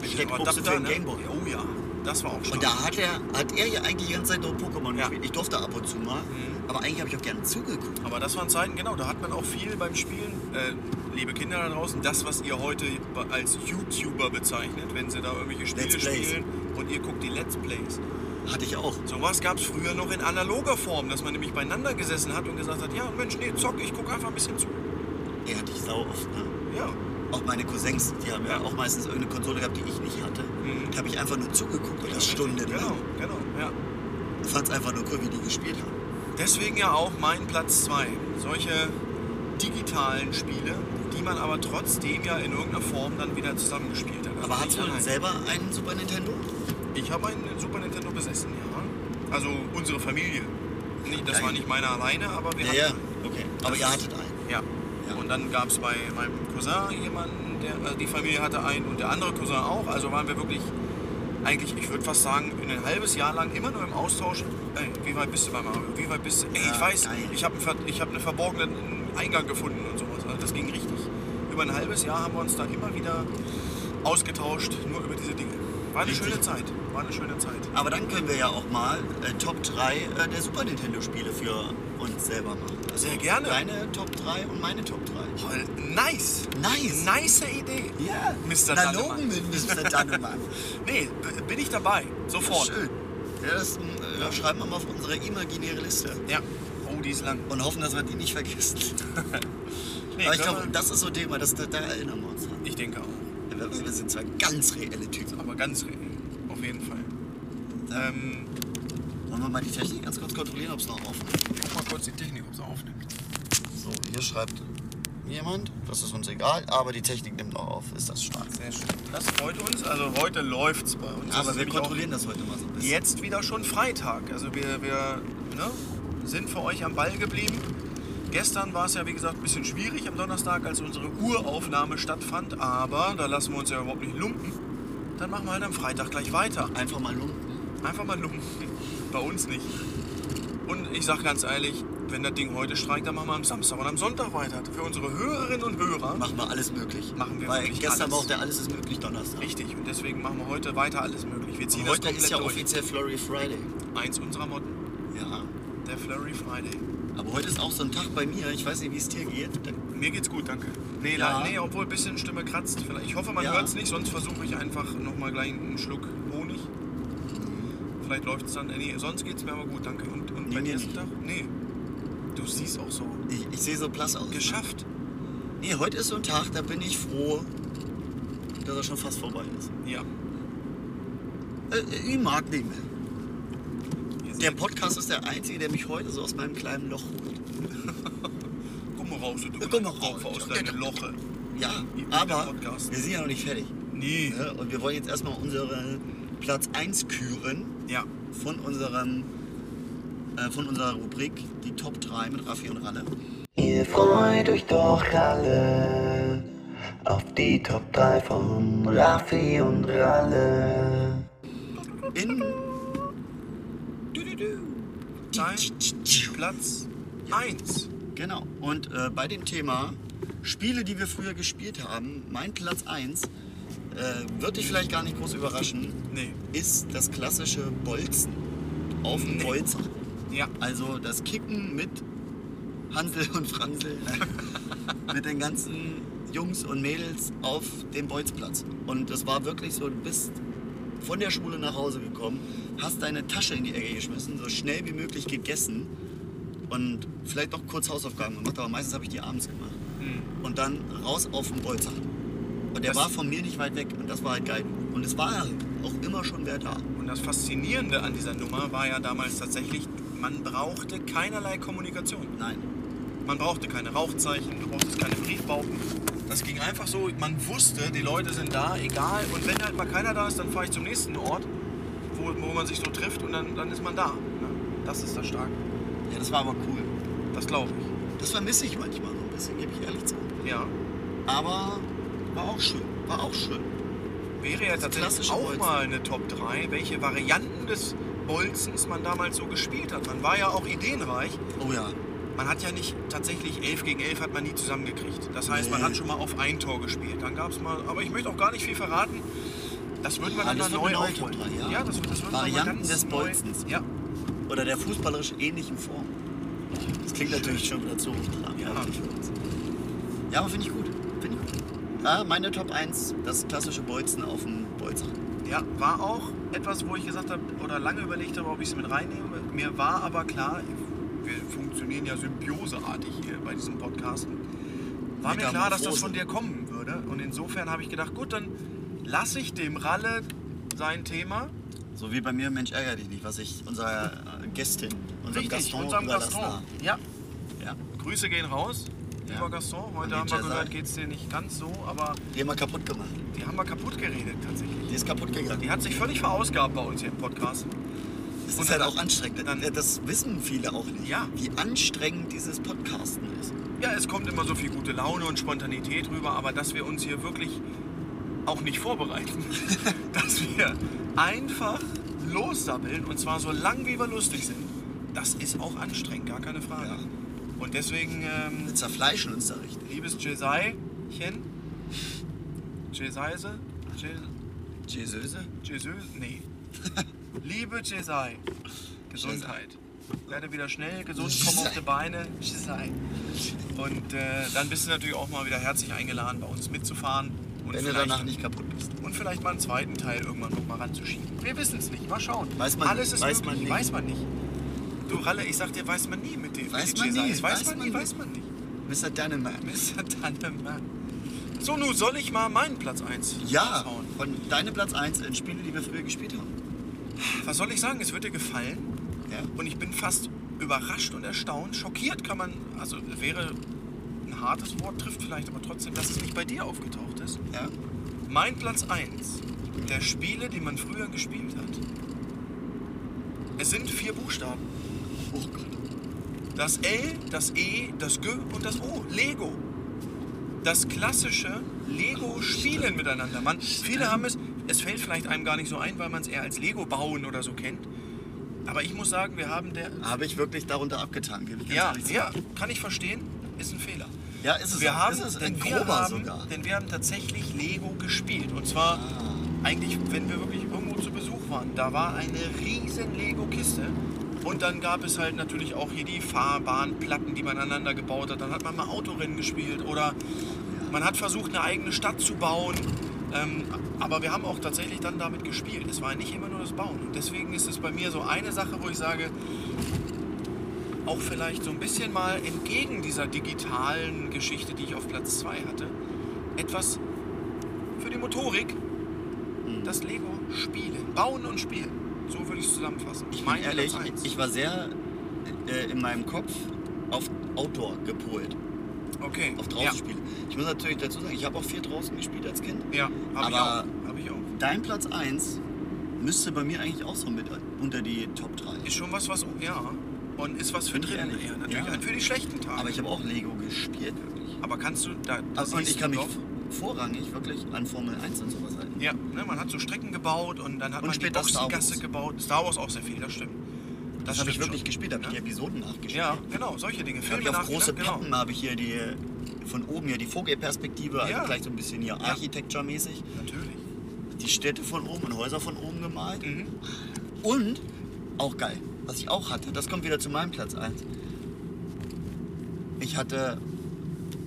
Speaker 2: Einsteckbuchse für den
Speaker 3: ne?
Speaker 2: Gameboy.
Speaker 3: Oh ja, das war auch stark.
Speaker 2: Und da hat er, hat er ja eigentlich die ganze Zeit nur Pokémon
Speaker 3: Ja.
Speaker 2: gespielt. Ich durfte ab und zu mal, aber eigentlich habe ich auch gerne zugeguckt.
Speaker 3: Mhm, Aber das waren Zeiten, genau, da hat man auch viel beim Spielen, äh, liebe Kinder da draußen, das, was ihr heute be- als YouTuber bezeichnet, wenn sie da irgendwelche Spiele
Speaker 2: Let's Plays.
Speaker 3: spielen und ihr guckt die Let's Plays.
Speaker 2: Hatte ich auch.
Speaker 3: Sowas gab es früher noch in analoger Form, dass man nämlich beieinander gesessen hat und gesagt hat, ja Mensch, nee, zock, ich guck einfach ein bisschen zu.
Speaker 2: Er hatte ich sau oft. Ne?
Speaker 3: Ja,
Speaker 2: Auch meine Cousins, die haben ja
Speaker 3: Ja.
Speaker 2: auch meistens irgendeine Konsole gehabt, die ich nicht hatte.
Speaker 3: Mhm.
Speaker 2: Da habe ich einfach nur zugeguckt und das stundenlang.
Speaker 3: genau, genau, ja.
Speaker 2: fand es einfach nur cool, wie die gespielt haben.
Speaker 3: Deswegen ja auch mein Platz 2. Solche digitalen Spiele, die man aber trotzdem ja in irgendeiner Form dann wieder zusammengespielt hat. Also
Speaker 2: Aber hast
Speaker 3: nicht
Speaker 2: du
Speaker 3: allein.
Speaker 2: selber einen Super Nintendo?
Speaker 3: Ich habe einen Super Nintendo besessen, ja. Also unsere Familie. Nee, das
Speaker 2: Geil.
Speaker 3: war nicht meiner alleine, aber wir hatten.
Speaker 2: okay. Aber
Speaker 3: Das
Speaker 2: ihr
Speaker 3: ist-
Speaker 2: hattet einen.
Speaker 3: Ja.
Speaker 2: Ja.
Speaker 3: Und dann gab es bei meinem Cousin jemanden, der, also die Familie hatte einen und der andere Cousin auch. Also waren wir wirklich, eigentlich, ich würde fast sagen, in ein halbes Jahr lang immer nur im Austausch. Ey, wie weit bist du bei Mario? Wie weit bist du? Ey,
Speaker 2: Ja,
Speaker 3: ich weiß,
Speaker 2: geil.
Speaker 3: ich habe einen, ver ich hab einen verborgenen Eingang gefunden und sowas. Also das ging richtig. Über ein halbes Jahr haben wir uns da immer wieder ausgetauscht, nur über diese Dinge. War eine
Speaker 2: Richtig.
Speaker 3: schöne Zeit. War eine schöne Zeit.
Speaker 2: Aber dann können wir ja auch mal äh, Top 3 äh, der Super Nintendo Spiele für uns selber machen. Also
Speaker 3: Sehr gerne.
Speaker 2: Deine Top 3 und meine Top 3.
Speaker 3: Voll Nice!
Speaker 2: Nice.
Speaker 3: Nice Idee!
Speaker 2: Ja.
Speaker 3: Mr.
Speaker 2: Na,
Speaker 3: Oh, Dannemann.
Speaker 2: logen mit Mr. Dannemann.
Speaker 3: Nee, b- bin ich dabei. Sofort.
Speaker 2: Schön. Ja, das äh, ja, schreiben wir mal auf unsere imaginäre Liste.
Speaker 3: Ja. Oh, die ist lang.
Speaker 2: Und hoffen, dass wir die nicht vergessen.
Speaker 3: Nee,
Speaker 2: Aber ich
Speaker 3: können
Speaker 2: glaube,
Speaker 3: wir-
Speaker 2: das ist so ein Thema, das, da, da erinnern wir uns dran.
Speaker 3: ich denke auch.
Speaker 2: Wir wir sind zwei ganz reelle Typen.
Speaker 3: Aber ganz reell. Auf jeden Fall. Ähm,
Speaker 2: Wollen wir mal die Technik ganz kurz kontrollieren, ob es noch offen ist?
Speaker 3: ich guck mal kurz die Technik, ob sie aufnimmt.
Speaker 2: So, hier schreibt jemand, das ist uns egal, aber die Technik nimmt auch auf. Ist das schwarz?
Speaker 3: Sehr schön. Das freut uns. Also heute läuft's bei uns. Das
Speaker 2: Aber
Speaker 3: ist
Speaker 2: wir
Speaker 3: nämlich auch
Speaker 2: kontrollieren das heute mal so ein bisschen.
Speaker 3: Jetzt wieder schon Freitag. Also wir, wir ne, sind für euch am Ball geblieben. Gestern war es ja, wie gesagt, ein bisschen schwierig am Donnerstag, als unsere Uraufnahme stattfand. Aber da lassen wir uns ja überhaupt nicht lumpen. Dann machen wir halt am Freitag gleich weiter.
Speaker 2: Einfach mal um, lumpen.
Speaker 3: Einfach mal lumpen. Bei uns nicht. Und ich sag ganz ehrlich, wenn das Ding heute streikt, dann machen wir am Samstag und am Sonntag weiter. Für unsere Hörerinnen und Hörer.
Speaker 2: Machen wir alles möglich.
Speaker 3: Machen wir
Speaker 2: Weil
Speaker 3: wirklich
Speaker 2: gestern
Speaker 3: alles.
Speaker 2: war auch der Alles ist möglich Donnerstag.
Speaker 3: Richtig. Und deswegen machen wir heute weiter alles möglich. Wir ziehen
Speaker 2: Und
Speaker 3: das
Speaker 2: heute
Speaker 3: komplett
Speaker 2: ist ja
Speaker 3: durch.
Speaker 2: offiziell Flurry Friday.
Speaker 3: Eins unserer Motten.
Speaker 2: Ja.
Speaker 3: Der Flurry Friday.
Speaker 2: Aber heute ist auch so ein Tag bei mir. Ich weiß nicht, wie es dir geht. Da
Speaker 3: Mir geht's gut, danke. Nee,
Speaker 2: Ja.
Speaker 3: la- nee obwohl ein bisschen Stimme kratzt. Vielleicht. Ich hoffe, man
Speaker 2: Ja.
Speaker 3: hört's nicht, sonst versuche ich einfach nochmal gleich einen Schluck Honig. Vielleicht läuft's dann. Äh, Nee, sonst geht's mir aber gut, danke. Und, und
Speaker 2: Nee,
Speaker 3: bei
Speaker 2: mir
Speaker 3: dir ist
Speaker 2: nicht.
Speaker 3: Tag? Nee. Du siehst auch so
Speaker 2: Ich, ich sehe so blass aus.
Speaker 3: geschafft.
Speaker 2: Nee, heute ist so ein Tag, da bin ich froh, dass er schon fast vorbei ist.
Speaker 3: Ja.
Speaker 2: Äh, ich mag nicht mehr.
Speaker 3: Ihr
Speaker 2: Der
Speaker 3: seid-
Speaker 2: Podcast ist der einzige, der mich heute so aus meinem kleinen Loch holt.
Speaker 3: Guck mal raus, du
Speaker 2: Guck mal raus.
Speaker 3: Kopf aus deinem Loche.
Speaker 2: Ja,
Speaker 3: Wie der
Speaker 2: aber
Speaker 3: Podcast.
Speaker 2: wir sind ja noch nicht fertig.
Speaker 3: Nee.
Speaker 2: Ne? Und wir wollen jetzt erstmal unsere Platz 1 küren
Speaker 3: Ja.
Speaker 2: von, unserem, äh, von unserer Rubrik Die Top 3 mit Raffi und Ralle.
Speaker 6: Ihr freut euch doch alle auf die Top 3 von Raffi und Ralle.
Speaker 2: In
Speaker 3: Dein Platz 1.
Speaker 2: Genau. Und äh, bei dem Thema Spiele, die wir früher gespielt haben, mein Platz 1, äh, wird dich vielleicht gar nicht groß überraschen,
Speaker 3: Nee.
Speaker 2: ist das klassische Bolzen auf dem Bolzer.
Speaker 3: Ja.
Speaker 2: Also das Kicken mit Hansel und Franzel, mit den ganzen Jungs und Mädels auf dem Bolzplatz. Und das war wirklich so, du bist von der Schule nach Hause gekommen, hast deine Tasche in die Ecke geschmissen, so schnell wie möglich gegessen und vielleicht noch kurz Hausaufgaben gemacht, aber meistens habe ich die abends gemacht. Und dann raus auf den Bolzer. Und der
Speaker 3: Das-
Speaker 2: war von mir nicht weit weg und das war halt geil. Und es war auch immer schon wer da.
Speaker 3: Und das Faszinierende an dieser Nummer war ja damals tatsächlich, man brauchte keinerlei Kommunikation.
Speaker 2: Nein.
Speaker 3: Man brauchte keine Rauchzeichen, du brauchtest keine Briefbauken. Das ging einfach so, man wusste, die Leute sind da, egal. Und wenn halt mal keiner da ist, dann fahre ich zum nächsten Ort, wo, wo man sich so trifft und dann, dann ist man da. ne? Das ist das Starke.
Speaker 2: Ja, das war aber cool.
Speaker 3: Das glaube ich.
Speaker 2: Das vermisse ich manchmal so ein bisschen, gebe ich ehrlich zu.
Speaker 3: Ja.
Speaker 2: Aber war auch schön. War auch schön.
Speaker 3: Wäre ja tatsächlich
Speaker 2: klassische
Speaker 3: auch
Speaker 2: Bolzen.
Speaker 3: mal eine Top 3, welche Varianten des Bolzens man damals so gespielt hat. Man war ja auch ideenreich.
Speaker 2: Oh ja.
Speaker 3: Man hat ja nicht tatsächlich 11 gegen 11 hat man nie zusammengekriegt. Das heißt, man
Speaker 2: Nee.
Speaker 3: hat schon mal auf ein Tor gespielt. Dann gab es mal, aber ich möchte auch gar nicht viel verraten. Das wird man
Speaker 2: Ah,
Speaker 3: dann,
Speaker 2: das
Speaker 3: dann
Speaker 2: wird
Speaker 3: neu
Speaker 2: eine neue
Speaker 3: aufholen.
Speaker 2: Top drei, ja.
Speaker 3: das wird, das wird
Speaker 2: Varianten
Speaker 3: man mal ganz
Speaker 2: des
Speaker 3: neu-
Speaker 2: Bolzens.
Speaker 3: Ja,
Speaker 2: Oder der fußballerisch ähnlichen Form. Das klingt natürlich schon wieder zu hochtrabend. Ja, aber finde ich gut. Finde ich gut. Ah, meine Top 1, das klassische Bolzen auf dem Bolzer.
Speaker 3: ja, war auch etwas, wo ich gesagt habe oder lange überlegt habe, ob ich es mit reinnehme. Mir war aber klar, wir funktionieren ja symbioseartig hier bei diesem Podcast. War mir klar, dass das
Speaker 2: Metamorphose.
Speaker 3: von dir kommen würde. Und insofern habe ich gedacht, gut, dann lasse ich dem Ralle sein Thema.
Speaker 2: So wie bei mir, Mensch, ärger dich nicht, was ich unserer äh, Gästin, unserem
Speaker 3: Richtig,
Speaker 2: Gaston
Speaker 3: unserem
Speaker 2: überlassen
Speaker 3: Gaston.
Speaker 2: habe.
Speaker 3: Ja.
Speaker 2: Ja.
Speaker 3: Grüße gehen raus,
Speaker 2: Ja.
Speaker 3: lieber Gaston. Heute
Speaker 2: An
Speaker 3: haben
Speaker 2: die
Speaker 3: wir
Speaker 2: Jedi.
Speaker 3: gehört, geht's dir nicht ganz so, aber
Speaker 2: Die haben wir kaputt gemacht.
Speaker 3: die haben wir kaputt geredet tatsächlich.
Speaker 2: Die ist kaputt gegangen.
Speaker 3: Die hat sich völlig verausgabt bei uns hier im Podcast.
Speaker 2: Das
Speaker 3: Und
Speaker 2: ist halt
Speaker 3: dann-
Speaker 2: auch anstrengend.
Speaker 3: dann-
Speaker 2: das wissen viele auch nicht.
Speaker 3: Ja.
Speaker 2: Wie anstrengend dieses Podcasten ist.
Speaker 3: Ja, es kommt immer so viel gute Laune und Spontanität rüber, aber dass wir uns hier wirklich auch nicht vorbereiten, dass wir einfach lossabbeln und zwar so lang, wie wir lustig sind, das ist auch anstrengend, gar keine Frage.
Speaker 2: Ja.
Speaker 3: Und deswegen, ähm,
Speaker 2: Wir zerfleischen uns da richtig.
Speaker 3: liebes Jesaichen, Jesaise, Jes-
Speaker 2: Jesöse?
Speaker 3: Jesus, nee. Liebe Jesai, Gesundheit. Werde wieder schnell, gesund, komm auf die Beine. Jesai. Und äh, dann bist du natürlich auch mal wieder herzlich eingeladen, bei uns mitzufahren. Und
Speaker 2: Wenn du
Speaker 3: vielleicht-
Speaker 2: danach nicht kaputt bist.
Speaker 3: Und vielleicht mal einen zweiten Teil irgendwann noch mal ranzuschieben. Wir wissen es nicht, mal schauen.
Speaker 2: Weiß man
Speaker 3: Alles
Speaker 2: nicht,
Speaker 3: ist
Speaker 2: weiß
Speaker 3: möglich,
Speaker 2: man nicht.
Speaker 3: weiß man nicht. Du Ralle, ich sag dir, weiß man nie mit dem.
Speaker 2: Weiß
Speaker 3: mit
Speaker 2: man
Speaker 3: den Jesais.
Speaker 2: nie,
Speaker 3: Weiß, man nie, weiß man nicht.
Speaker 2: Mr. Dänemark.
Speaker 3: Mr. Tannemann. So, nun soll ich mal meinen Platz 1
Speaker 2: Ja, von deinem Platz 1 in Spiele, die wir früher gespielt haben.
Speaker 3: Was soll ich sagen? Es wird dir gefallen.
Speaker 2: Ja.
Speaker 3: Und ich bin fast überrascht und erstaunt. Schockiert kann man, also wäre ein hartes Wort, trifft vielleicht aber trotzdem, dass es nicht bei dir aufgetaucht ist.
Speaker 2: ja.
Speaker 3: Mein Platz 1 der Spiele, die man früher gespielt hat. Es sind vier Buchstaben.
Speaker 2: Oh Gott.
Speaker 3: Das L, das E, das G und das O. Lego. Das klassische Lego-Spielen miteinander. Man, viele haben es, es fällt vielleicht einem gar nicht so ein, weil man es eher als Lego bauen oder so kennt. Aber ich muss sagen, wir haben der,
Speaker 2: Habe ich wirklich darunter abgetan, gebe ich ganz
Speaker 3: Ja,
Speaker 2: ehrlich zu.
Speaker 3: ja, kann ich verstehen. Ist ein Fehler.
Speaker 2: ja, ist es.
Speaker 3: Wir
Speaker 2: auch.
Speaker 3: haben,
Speaker 2: ist es ein
Speaker 3: denn, wir
Speaker 2: grober
Speaker 3: haben
Speaker 2: sogar.
Speaker 3: denn wir haben tatsächlich Lego gespielt. Und zwar
Speaker 2: Ah.
Speaker 3: eigentlich, wenn wir wirklich irgendwo zu Besuch waren, da war eine riesen Lego-Kiste Und dann gab es halt natürlich auch hier die Fahrbahnplatten, die man aneinander gebaut hat. Dann hat man mal Autorennen gespielt oder man hat versucht, eine eigene Stadt zu bauen. Ähm, aber wir haben auch tatsächlich dann damit gespielt. Es war nicht immer nur das Bauen. Und deswegen ist es bei mir so eine Sache, wo ich sage, auch vielleicht so ein bisschen mal entgegen dieser digitalen Geschichte, die ich auf Platz 2 hatte, etwas für die Motorik,
Speaker 2: Mhm.
Speaker 3: das Lego spielen, bauen und spielen. So würde ich es zusammenfassen.
Speaker 2: Ich bin
Speaker 3: Mein
Speaker 2: ehrlich,
Speaker 3: Platz eins.
Speaker 2: ich war sehr äh, in meinem Kopf auf Outdoor gepolt,
Speaker 3: okay.
Speaker 2: auf Draußenspiele. Ich muss natürlich dazu sagen, ich habe auch viel draußen gespielt als Kind.
Speaker 3: Ja, ja habe ich
Speaker 2: Aber-
Speaker 3: auch. Hab ich auch.
Speaker 2: Dein Platz 1 müsste bei mir eigentlich auch so mit unter die Top 3.
Speaker 3: Ist schon was, was, ja. Und ist was für
Speaker 2: Finde ich
Speaker 3: drinnen.
Speaker 2: ehrlich.
Speaker 3: Ja, natürlich
Speaker 2: Ja.
Speaker 3: halt für die schlechten Tage.
Speaker 2: Aber ich habe auch Lego gespielt, wirklich.
Speaker 3: Aber kannst du, da, da
Speaker 2: Also, und
Speaker 3: siehst
Speaker 2: ich kann
Speaker 3: du
Speaker 2: mich
Speaker 3: doch-
Speaker 2: vorrangig wirklich an Formel 1 und sowas halten.
Speaker 3: Ja, ne, man hat so Strecken gebaut und dann hat
Speaker 2: Und
Speaker 3: man die
Speaker 2: später Star Wars.
Speaker 3: Boxengasse gebaut. Star Wars auch sehr viel, das stimmt.
Speaker 2: Das habe ich
Speaker 3: stimmt
Speaker 2: wirklich
Speaker 3: schon.
Speaker 2: gespielt, habe ich die
Speaker 3: ja.
Speaker 2: Episoden nachgespielt.
Speaker 3: ja, genau, solche Dinge.
Speaker 2: Hab
Speaker 3: Filme
Speaker 2: ich auf
Speaker 3: nachgedacht,
Speaker 2: große
Speaker 3: genau.
Speaker 2: Pappen habe ich hier die von oben hier die Vogelperspektive, also
Speaker 3: Ja.
Speaker 2: gleich so ein bisschen hier Architecture-mäßig.
Speaker 3: Natürlich.
Speaker 2: Die Städte von oben und Häuser von oben gemalt.
Speaker 3: Mhm.
Speaker 2: Und auch geil, was ich auch hatte, das kommt wieder zu meinem Platz 1. Ich hatte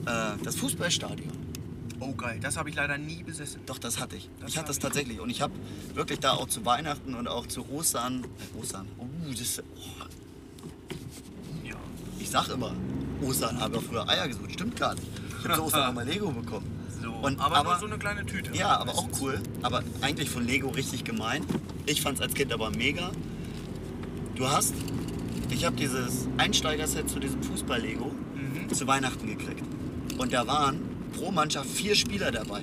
Speaker 2: äh, das Fußballstadion.
Speaker 3: Oh geil, das habe ich leider nie besessen.
Speaker 2: Doch, das hatte ich.
Speaker 3: Das
Speaker 2: ich hatte
Speaker 3: hab
Speaker 2: das
Speaker 3: ich.
Speaker 2: tatsächlich. Und ich habe wirklich da auch zu Weihnachten und auch zu Ostern. Äh, Ostern. Uh, das ist. Oh,
Speaker 3: Ja.
Speaker 2: ich sag immer, Ostern haben wir früher Eier gesucht. Stimmt gar nicht. Ich habe zu Ostern nochmal Lego bekommen.
Speaker 3: So,
Speaker 2: Und-
Speaker 3: aber,
Speaker 2: aber-
Speaker 3: nur so eine kleine Tüte.
Speaker 2: Ja, aber auch cool. Aber eigentlich von Lego richtig gemein. Ich fand es als Kind aber mega. Du hast, ich habe dieses Einsteigerset zu diesem Fußball-Lego
Speaker 3: Mhm.
Speaker 2: zu Weihnachten gekriegt. Und da waren pro Mannschaft vier Spieler dabei.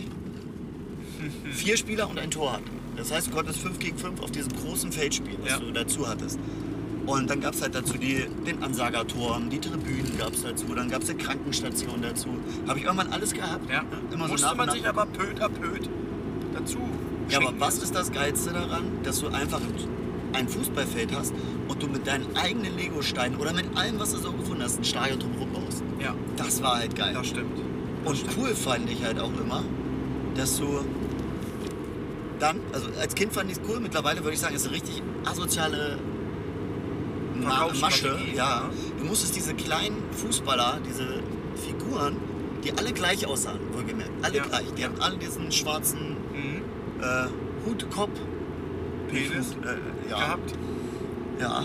Speaker 2: vier Spieler und ein Torwart. Das heißt, du konntest 5 gegen 5 auf diesem großen Feld spielen, was
Speaker 3: Ja.
Speaker 2: du dazu hattest. Und dann gab es halt dazu die, den Ansagerturm, die Tribünen gab es dazu, dann gab es eine Krankenstation dazu. Habe ich irgendwann alles gehabt.
Speaker 3: Ja.
Speaker 2: Immer so
Speaker 3: Musste
Speaker 2: nach und
Speaker 3: man
Speaker 2: nach
Speaker 3: sich aber peu à peu dazu
Speaker 2: ja, aber
Speaker 3: schicken.
Speaker 2: was ist das Geilste daran, dass du einfach ein Fußballfeld hast und du mit deinen eigenen Lego-Steinen oder mit allem, was du so gefunden hast, ein Stadion drumherum baust?
Speaker 3: Ja,
Speaker 2: Das war halt geil.
Speaker 3: das stimmt.
Speaker 2: Und cool fand ich halt auch immer, dass du dann, also als Kind fand ich es cool, mittlerweile würde ich sagen, ist eine richtig asoziale Ma Masche.
Speaker 3: Verkaufsstrategie,
Speaker 2: Ja.
Speaker 3: ja.
Speaker 2: Du musstest diese kleinen Fußballer, diese Figuren, die alle gleich aussahen, wohlgemerkt, alle
Speaker 3: Ja.
Speaker 2: gleich, die haben alle diesen schwarzen
Speaker 3: Mhm.
Speaker 2: äh, Hutkopf.
Speaker 3: Penis
Speaker 2: Äh, ja,
Speaker 3: gehabt.
Speaker 2: ja. Äh,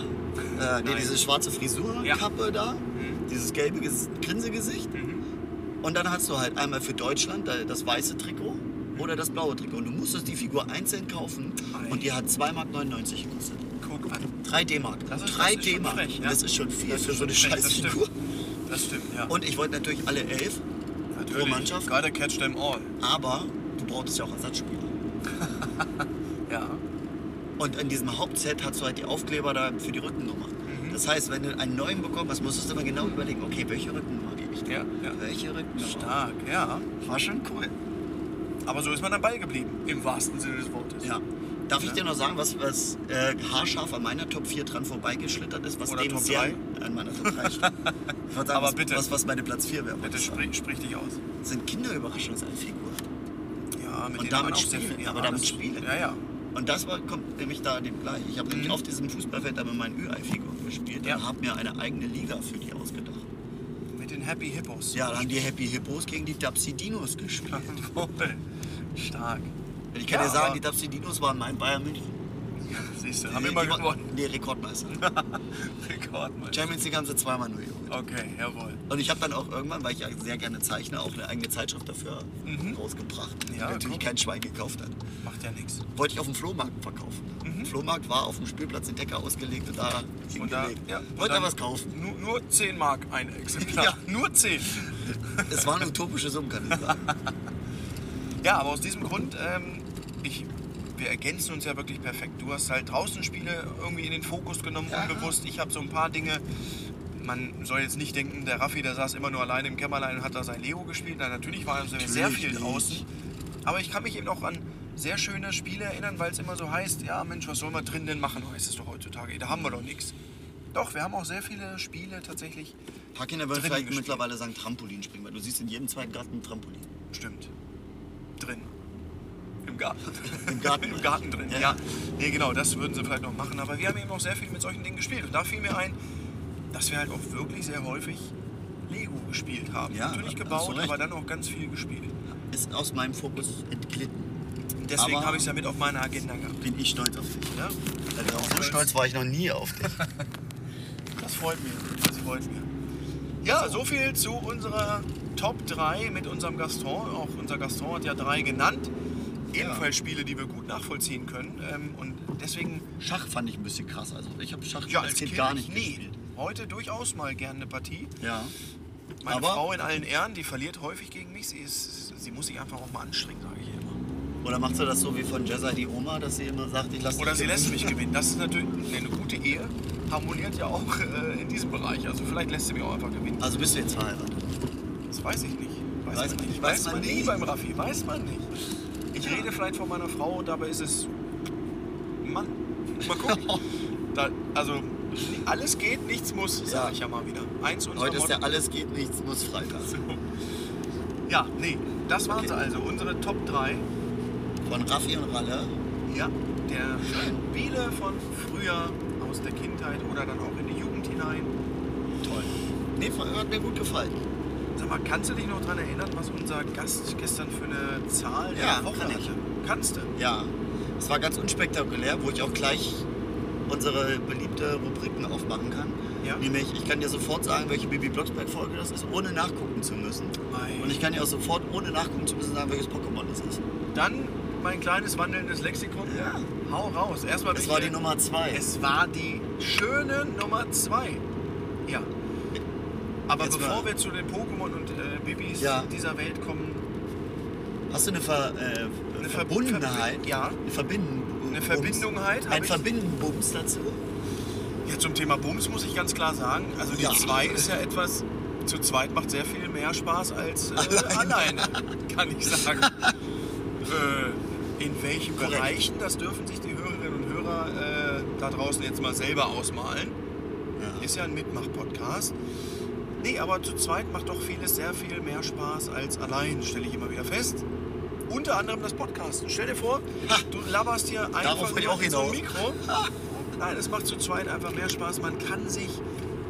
Speaker 2: nee,
Speaker 3: Nein.
Speaker 2: diese schwarze Frisur,
Speaker 3: Ja. Mhm.
Speaker 2: Kappe da, dieses gelbe Ges- Grinsegesicht. Und dann hast du halt einmal für Deutschland da- das weiße Trikot oder das blaue Trikot. Und du musstest die Figur einzeln kaufen
Speaker 3: Mhm. Ei.
Speaker 2: und die hat 2,99 Mark gekostet.
Speaker 3: Guck an.
Speaker 2: 3 D-Mark.
Speaker 3: Das ist-
Speaker 2: 3
Speaker 3: das ist schon
Speaker 2: D-Mark.
Speaker 3: frech, ja.
Speaker 2: Das ist schon viel
Speaker 3: Das ist
Speaker 2: für so
Speaker 3: schon
Speaker 2: eine
Speaker 3: frech, das
Speaker 2: Scheißfigur.
Speaker 3: Das stimmt, ja.
Speaker 2: Und ich wollte natürlich alle elf,
Speaker 3: Natürlich.
Speaker 2: Mannschaft.
Speaker 3: Gotta catch them all.
Speaker 2: aber du brauchtest ja auch Ersatzspieler.
Speaker 3: Ja.
Speaker 2: genau. Und in diesem Hauptset hast du halt die Aufkleber da für die Rückennummer.
Speaker 3: Mhm.
Speaker 2: Das heißt, wenn du einen neuen bekommen hast, musstest du immer genau überlegen, okay, welche Rückennummer gebe ich dir?
Speaker 3: Ja, ja.
Speaker 2: Welche Rückennummer?
Speaker 3: Stark, ja.
Speaker 2: War schon cool.
Speaker 3: Aber so ist man am Ball geblieben, im wahrsten Sinne des Wortes.
Speaker 2: Ja. Darf ich dir noch sagen, was, was äh, haarscharf an meiner Top 4 dran vorbeigeschlittert ist? Was
Speaker 3: Oder
Speaker 2: dem
Speaker 3: Top
Speaker 2: sehr
Speaker 3: drei?
Speaker 2: an meiner Top 3 steht. Ich wollte sagen,
Speaker 3: Aber
Speaker 2: was,
Speaker 3: bitte.
Speaker 2: Was, was meine Platz 4 wäre. wollte
Speaker 3: Bitte
Speaker 2: ich sagen.
Speaker 3: sprich, sprich dich aus.
Speaker 2: sind Kinderüberraschungseinfiguren.
Speaker 3: Ja,
Speaker 2: Und
Speaker 3: mit denen
Speaker 2: damit
Speaker 3: man auch sehr
Speaker 2: Spiele,
Speaker 3: viel-
Speaker 2: aber damit
Speaker 3: das-
Speaker 2: Spiele.
Speaker 3: Ja, ja.
Speaker 2: Und das war, kommt nämlich da dem gleich. Ich habe nämlich auf diesem Fußballfeld da mit meinen Ü-Ei-Figuren gespielt
Speaker 3: Mhm. Ja.
Speaker 2: und habe mir eine eigene Liga für die ausgedacht.
Speaker 3: Mit den Happy Hippos.
Speaker 2: Ja, da haben die Happy Hippos gegen die Dapsidinos gespielt.
Speaker 3: Jawohl. Stark.
Speaker 2: Ich kann
Speaker 3: Ja,
Speaker 2: dir sagen,
Speaker 3: aber-
Speaker 2: die Dapsidinos waren mein Bayern München.
Speaker 3: Siehst du,
Speaker 2: Die-
Speaker 3: haben immer
Speaker 2: die war-
Speaker 3: gewonnen.
Speaker 2: Nee, Rekordmeister.
Speaker 3: Rekordmeister.
Speaker 2: Champions League haben sie zweimal nur geholt.
Speaker 3: Okay, jawohl.
Speaker 2: Und ich habe dann auch irgendwann, weil ich ja sehr gerne zeichne, auch eine eigene Zeitschrift dafür rausgebracht, die
Speaker 3: Mhm. Ja,
Speaker 2: natürlich
Speaker 3: guck.
Speaker 2: kein Schwein gekauft hat.
Speaker 3: Macht ja nichts.
Speaker 2: Wollte ich auf dem Flohmarkt verkaufen. Flohmarkt war auf dem Spielplatz in Decker ausgelegt und da
Speaker 3: Mhm. Und da,
Speaker 2: hingelegt.
Speaker 3: ja, und
Speaker 2: Wollte da
Speaker 3: dann
Speaker 2: was kaufen.
Speaker 3: Nur, nur 10 Mark ein Exemplar.
Speaker 2: Ja.
Speaker 3: nur 10.
Speaker 2: Es waren utopische Summen, kann ich sagen.
Speaker 3: Ja, aber aus diesem Grund, ähm, ich, wir ergänzen uns ja wirklich perfekt. Du hast halt draußen Spiele irgendwie in den Fokus genommen, unbewusst. Ich habe so ein paar Dinge. Man soll jetzt nicht denken, der Raffi, der saß immer nur alleine im Kämmerlein und hat da sein Lego gespielt. Na, natürlich war er sehr
Speaker 2: Natürlich
Speaker 3: viel
Speaker 2: nicht.
Speaker 3: draußen. Aber ich kann mich eben auch an sehr schöne Spiele erinnern, weil es immer so heißt, ja Mensch, was soll man drin denn machen, heißt es doch heutzutage. Da haben wir doch nichts. Doch, wir haben auch sehr viele Spiele tatsächlich.
Speaker 2: Ein paar Kinder würden
Speaker 3: Drinnen
Speaker 2: vielleicht
Speaker 3: gespielt.
Speaker 2: mittlerweile sagen Trampolin springen, weil du siehst in jedem zweiten Garten ein Trampolin.
Speaker 3: Stimmt. Drin. Im Garten.
Speaker 2: Im Garten.
Speaker 3: Im Garten drin, ja. ja. Nee, genau, das würden sie vielleicht noch machen. Aber wir haben eben auch sehr viel mit solchen Dingen gespielt. Und da fiel mir ein, dass wir halt auch wirklich sehr häufig Lego gespielt haben.
Speaker 2: Ja,
Speaker 3: Natürlich
Speaker 2: hast du
Speaker 3: gebaut,
Speaker 2: recht.
Speaker 3: aber dann auch ganz viel gespielt.
Speaker 2: Ist aus meinem Fokus entglitten.
Speaker 3: Deswegen
Speaker 2: Aber-
Speaker 3: habe ich es ja mit auf meiner Agenda gehabt. ne?
Speaker 2: Bin ich stolz auf dich.
Speaker 3: Ja?
Speaker 2: Also auch so stolz war ich noch nie auf dich.
Speaker 3: Das freut mich. Das freut mich. Ja, so viel zu unserer Top 3 mit unserem Gaston. Auch unser Gaston hat ja drei genannt. Ebenfalls Spiele, die wir gut nachvollziehen können. Ähm, Und deswegen,
Speaker 2: Schach fand ich ein bisschen krass. Also ich habe Schach
Speaker 3: ja,
Speaker 2: als Kind gar nicht
Speaker 3: nie.
Speaker 2: gespielt.
Speaker 3: Heute durchaus mal gerne eine Partie.
Speaker 2: Ja.
Speaker 3: Meine
Speaker 2: Aber-
Speaker 3: Frau in allen Ehren, die verliert häufig gegen mich. Sie, ist, sie muss sich einfach auch mal anstrengen, sage ich ihr immer.
Speaker 2: Oder macht sie das so wie von Jezza die Oma, dass sie immer sagt, ich lasse
Speaker 3: Oder sie lässt mich gewinnen. Das ist natürlich eine gute Ehe. Harmoniert ja auch äh, in diesem Bereich. Also vielleicht lässt sie mich auch einfach gewinnen.
Speaker 2: Also bist du jetzt verheiratet.
Speaker 3: Das weiß ich nicht. Weiß,
Speaker 2: Weiß
Speaker 3: man
Speaker 2: man-
Speaker 3: nicht.
Speaker 2: weiß man
Speaker 3: nie
Speaker 2: nie.
Speaker 3: beim Raffi. Weiß man nicht. Ich
Speaker 2: Ja.
Speaker 3: rede vielleicht von meiner Frau und dabei ist es. Mann. Mal gucken. da, also, alles geht, nichts muss, sage
Speaker 2: Ja.
Speaker 3: ich ja mal wieder. Eins unserer
Speaker 2: Heute ist ja
Speaker 3: Motto-
Speaker 2: alles geht, nichts muss Freitag.
Speaker 3: Ja, nee. Das waren sie also. Unsere Top 3.
Speaker 2: Von Raffi und Ralle.
Speaker 3: Ja. Der Spiele von früher aus der Kindheit oder dann auch in die Jugend hinein.
Speaker 2: Toll. Nee, hat mir gut gefallen.
Speaker 3: Sag mal, kannst du dich noch daran erinnern, was unser Gast gestern für eine Zahl der
Speaker 2: Ja,
Speaker 3: Woche
Speaker 2: kann ich.
Speaker 3: hatte? Kannst du?
Speaker 2: Ja. Es war ganz unspektakulär, wo ich auch gleich unsere beliebte Rubriken aufmachen kann.
Speaker 3: Ja.
Speaker 2: Nämlich, ich kann dir sofort sagen, welche Bibi Blocksberg-Folge das ist, ohne nachgucken zu müssen.
Speaker 3: Ei.
Speaker 2: Und ich kann dir auch sofort, ohne nachgucken zu müssen, sagen, welches Pokémon das ist.
Speaker 3: Dann mein kleines wandelndes Lexikon.
Speaker 2: Ja.
Speaker 3: Hau raus. Erstmal
Speaker 2: Das
Speaker 3: bin
Speaker 2: war
Speaker 3: ich-
Speaker 2: die Nummer zwei.
Speaker 3: Es war die schöne Nummer 2. Ja. Aber
Speaker 2: Jetzt
Speaker 3: bevor
Speaker 2: mal-
Speaker 3: wir zu den Pokémon und äh, Bibis
Speaker 2: Ja.
Speaker 3: dieser Welt kommen,
Speaker 2: Hast du eine, Ver, äh, eine
Speaker 3: Ver-
Speaker 2: Verbundenheit?
Speaker 3: Verbi- ja.
Speaker 2: Eine Verbindung.
Speaker 3: Eine Verbindungheit hab
Speaker 2: Ein
Speaker 3: ich-
Speaker 2: Verbindenbums dazu?
Speaker 3: ja, zum Thema Bums muss ich ganz klar sagen, also die
Speaker 2: Ja.
Speaker 3: 2 ist ja etwas, zu zweit macht sehr viel mehr Spaß als äh, alleine,
Speaker 2: Alleine.
Speaker 3: kann ich sagen. äh, in welchen
Speaker 2: Korrekt.
Speaker 3: Bereichen, das dürfen sich die Hörerinnen und Hörer äh, da draußen jetzt mal selber ausmalen. Ist ja ein Mitmach-Podcast. Nee, aber zu zweit macht doch vieles sehr viel mehr Spaß als allein, stelle ich immer wieder fest. Unter anderem das Podcasten. Stell dir vor, du labberst hier einfach
Speaker 2: wollte ich
Speaker 3: nur
Speaker 2: auch
Speaker 3: in so ein
Speaker 2: hinaus.
Speaker 3: Mikro. Nein, es macht zu zweit einfach mehr Spaß. Man kann sich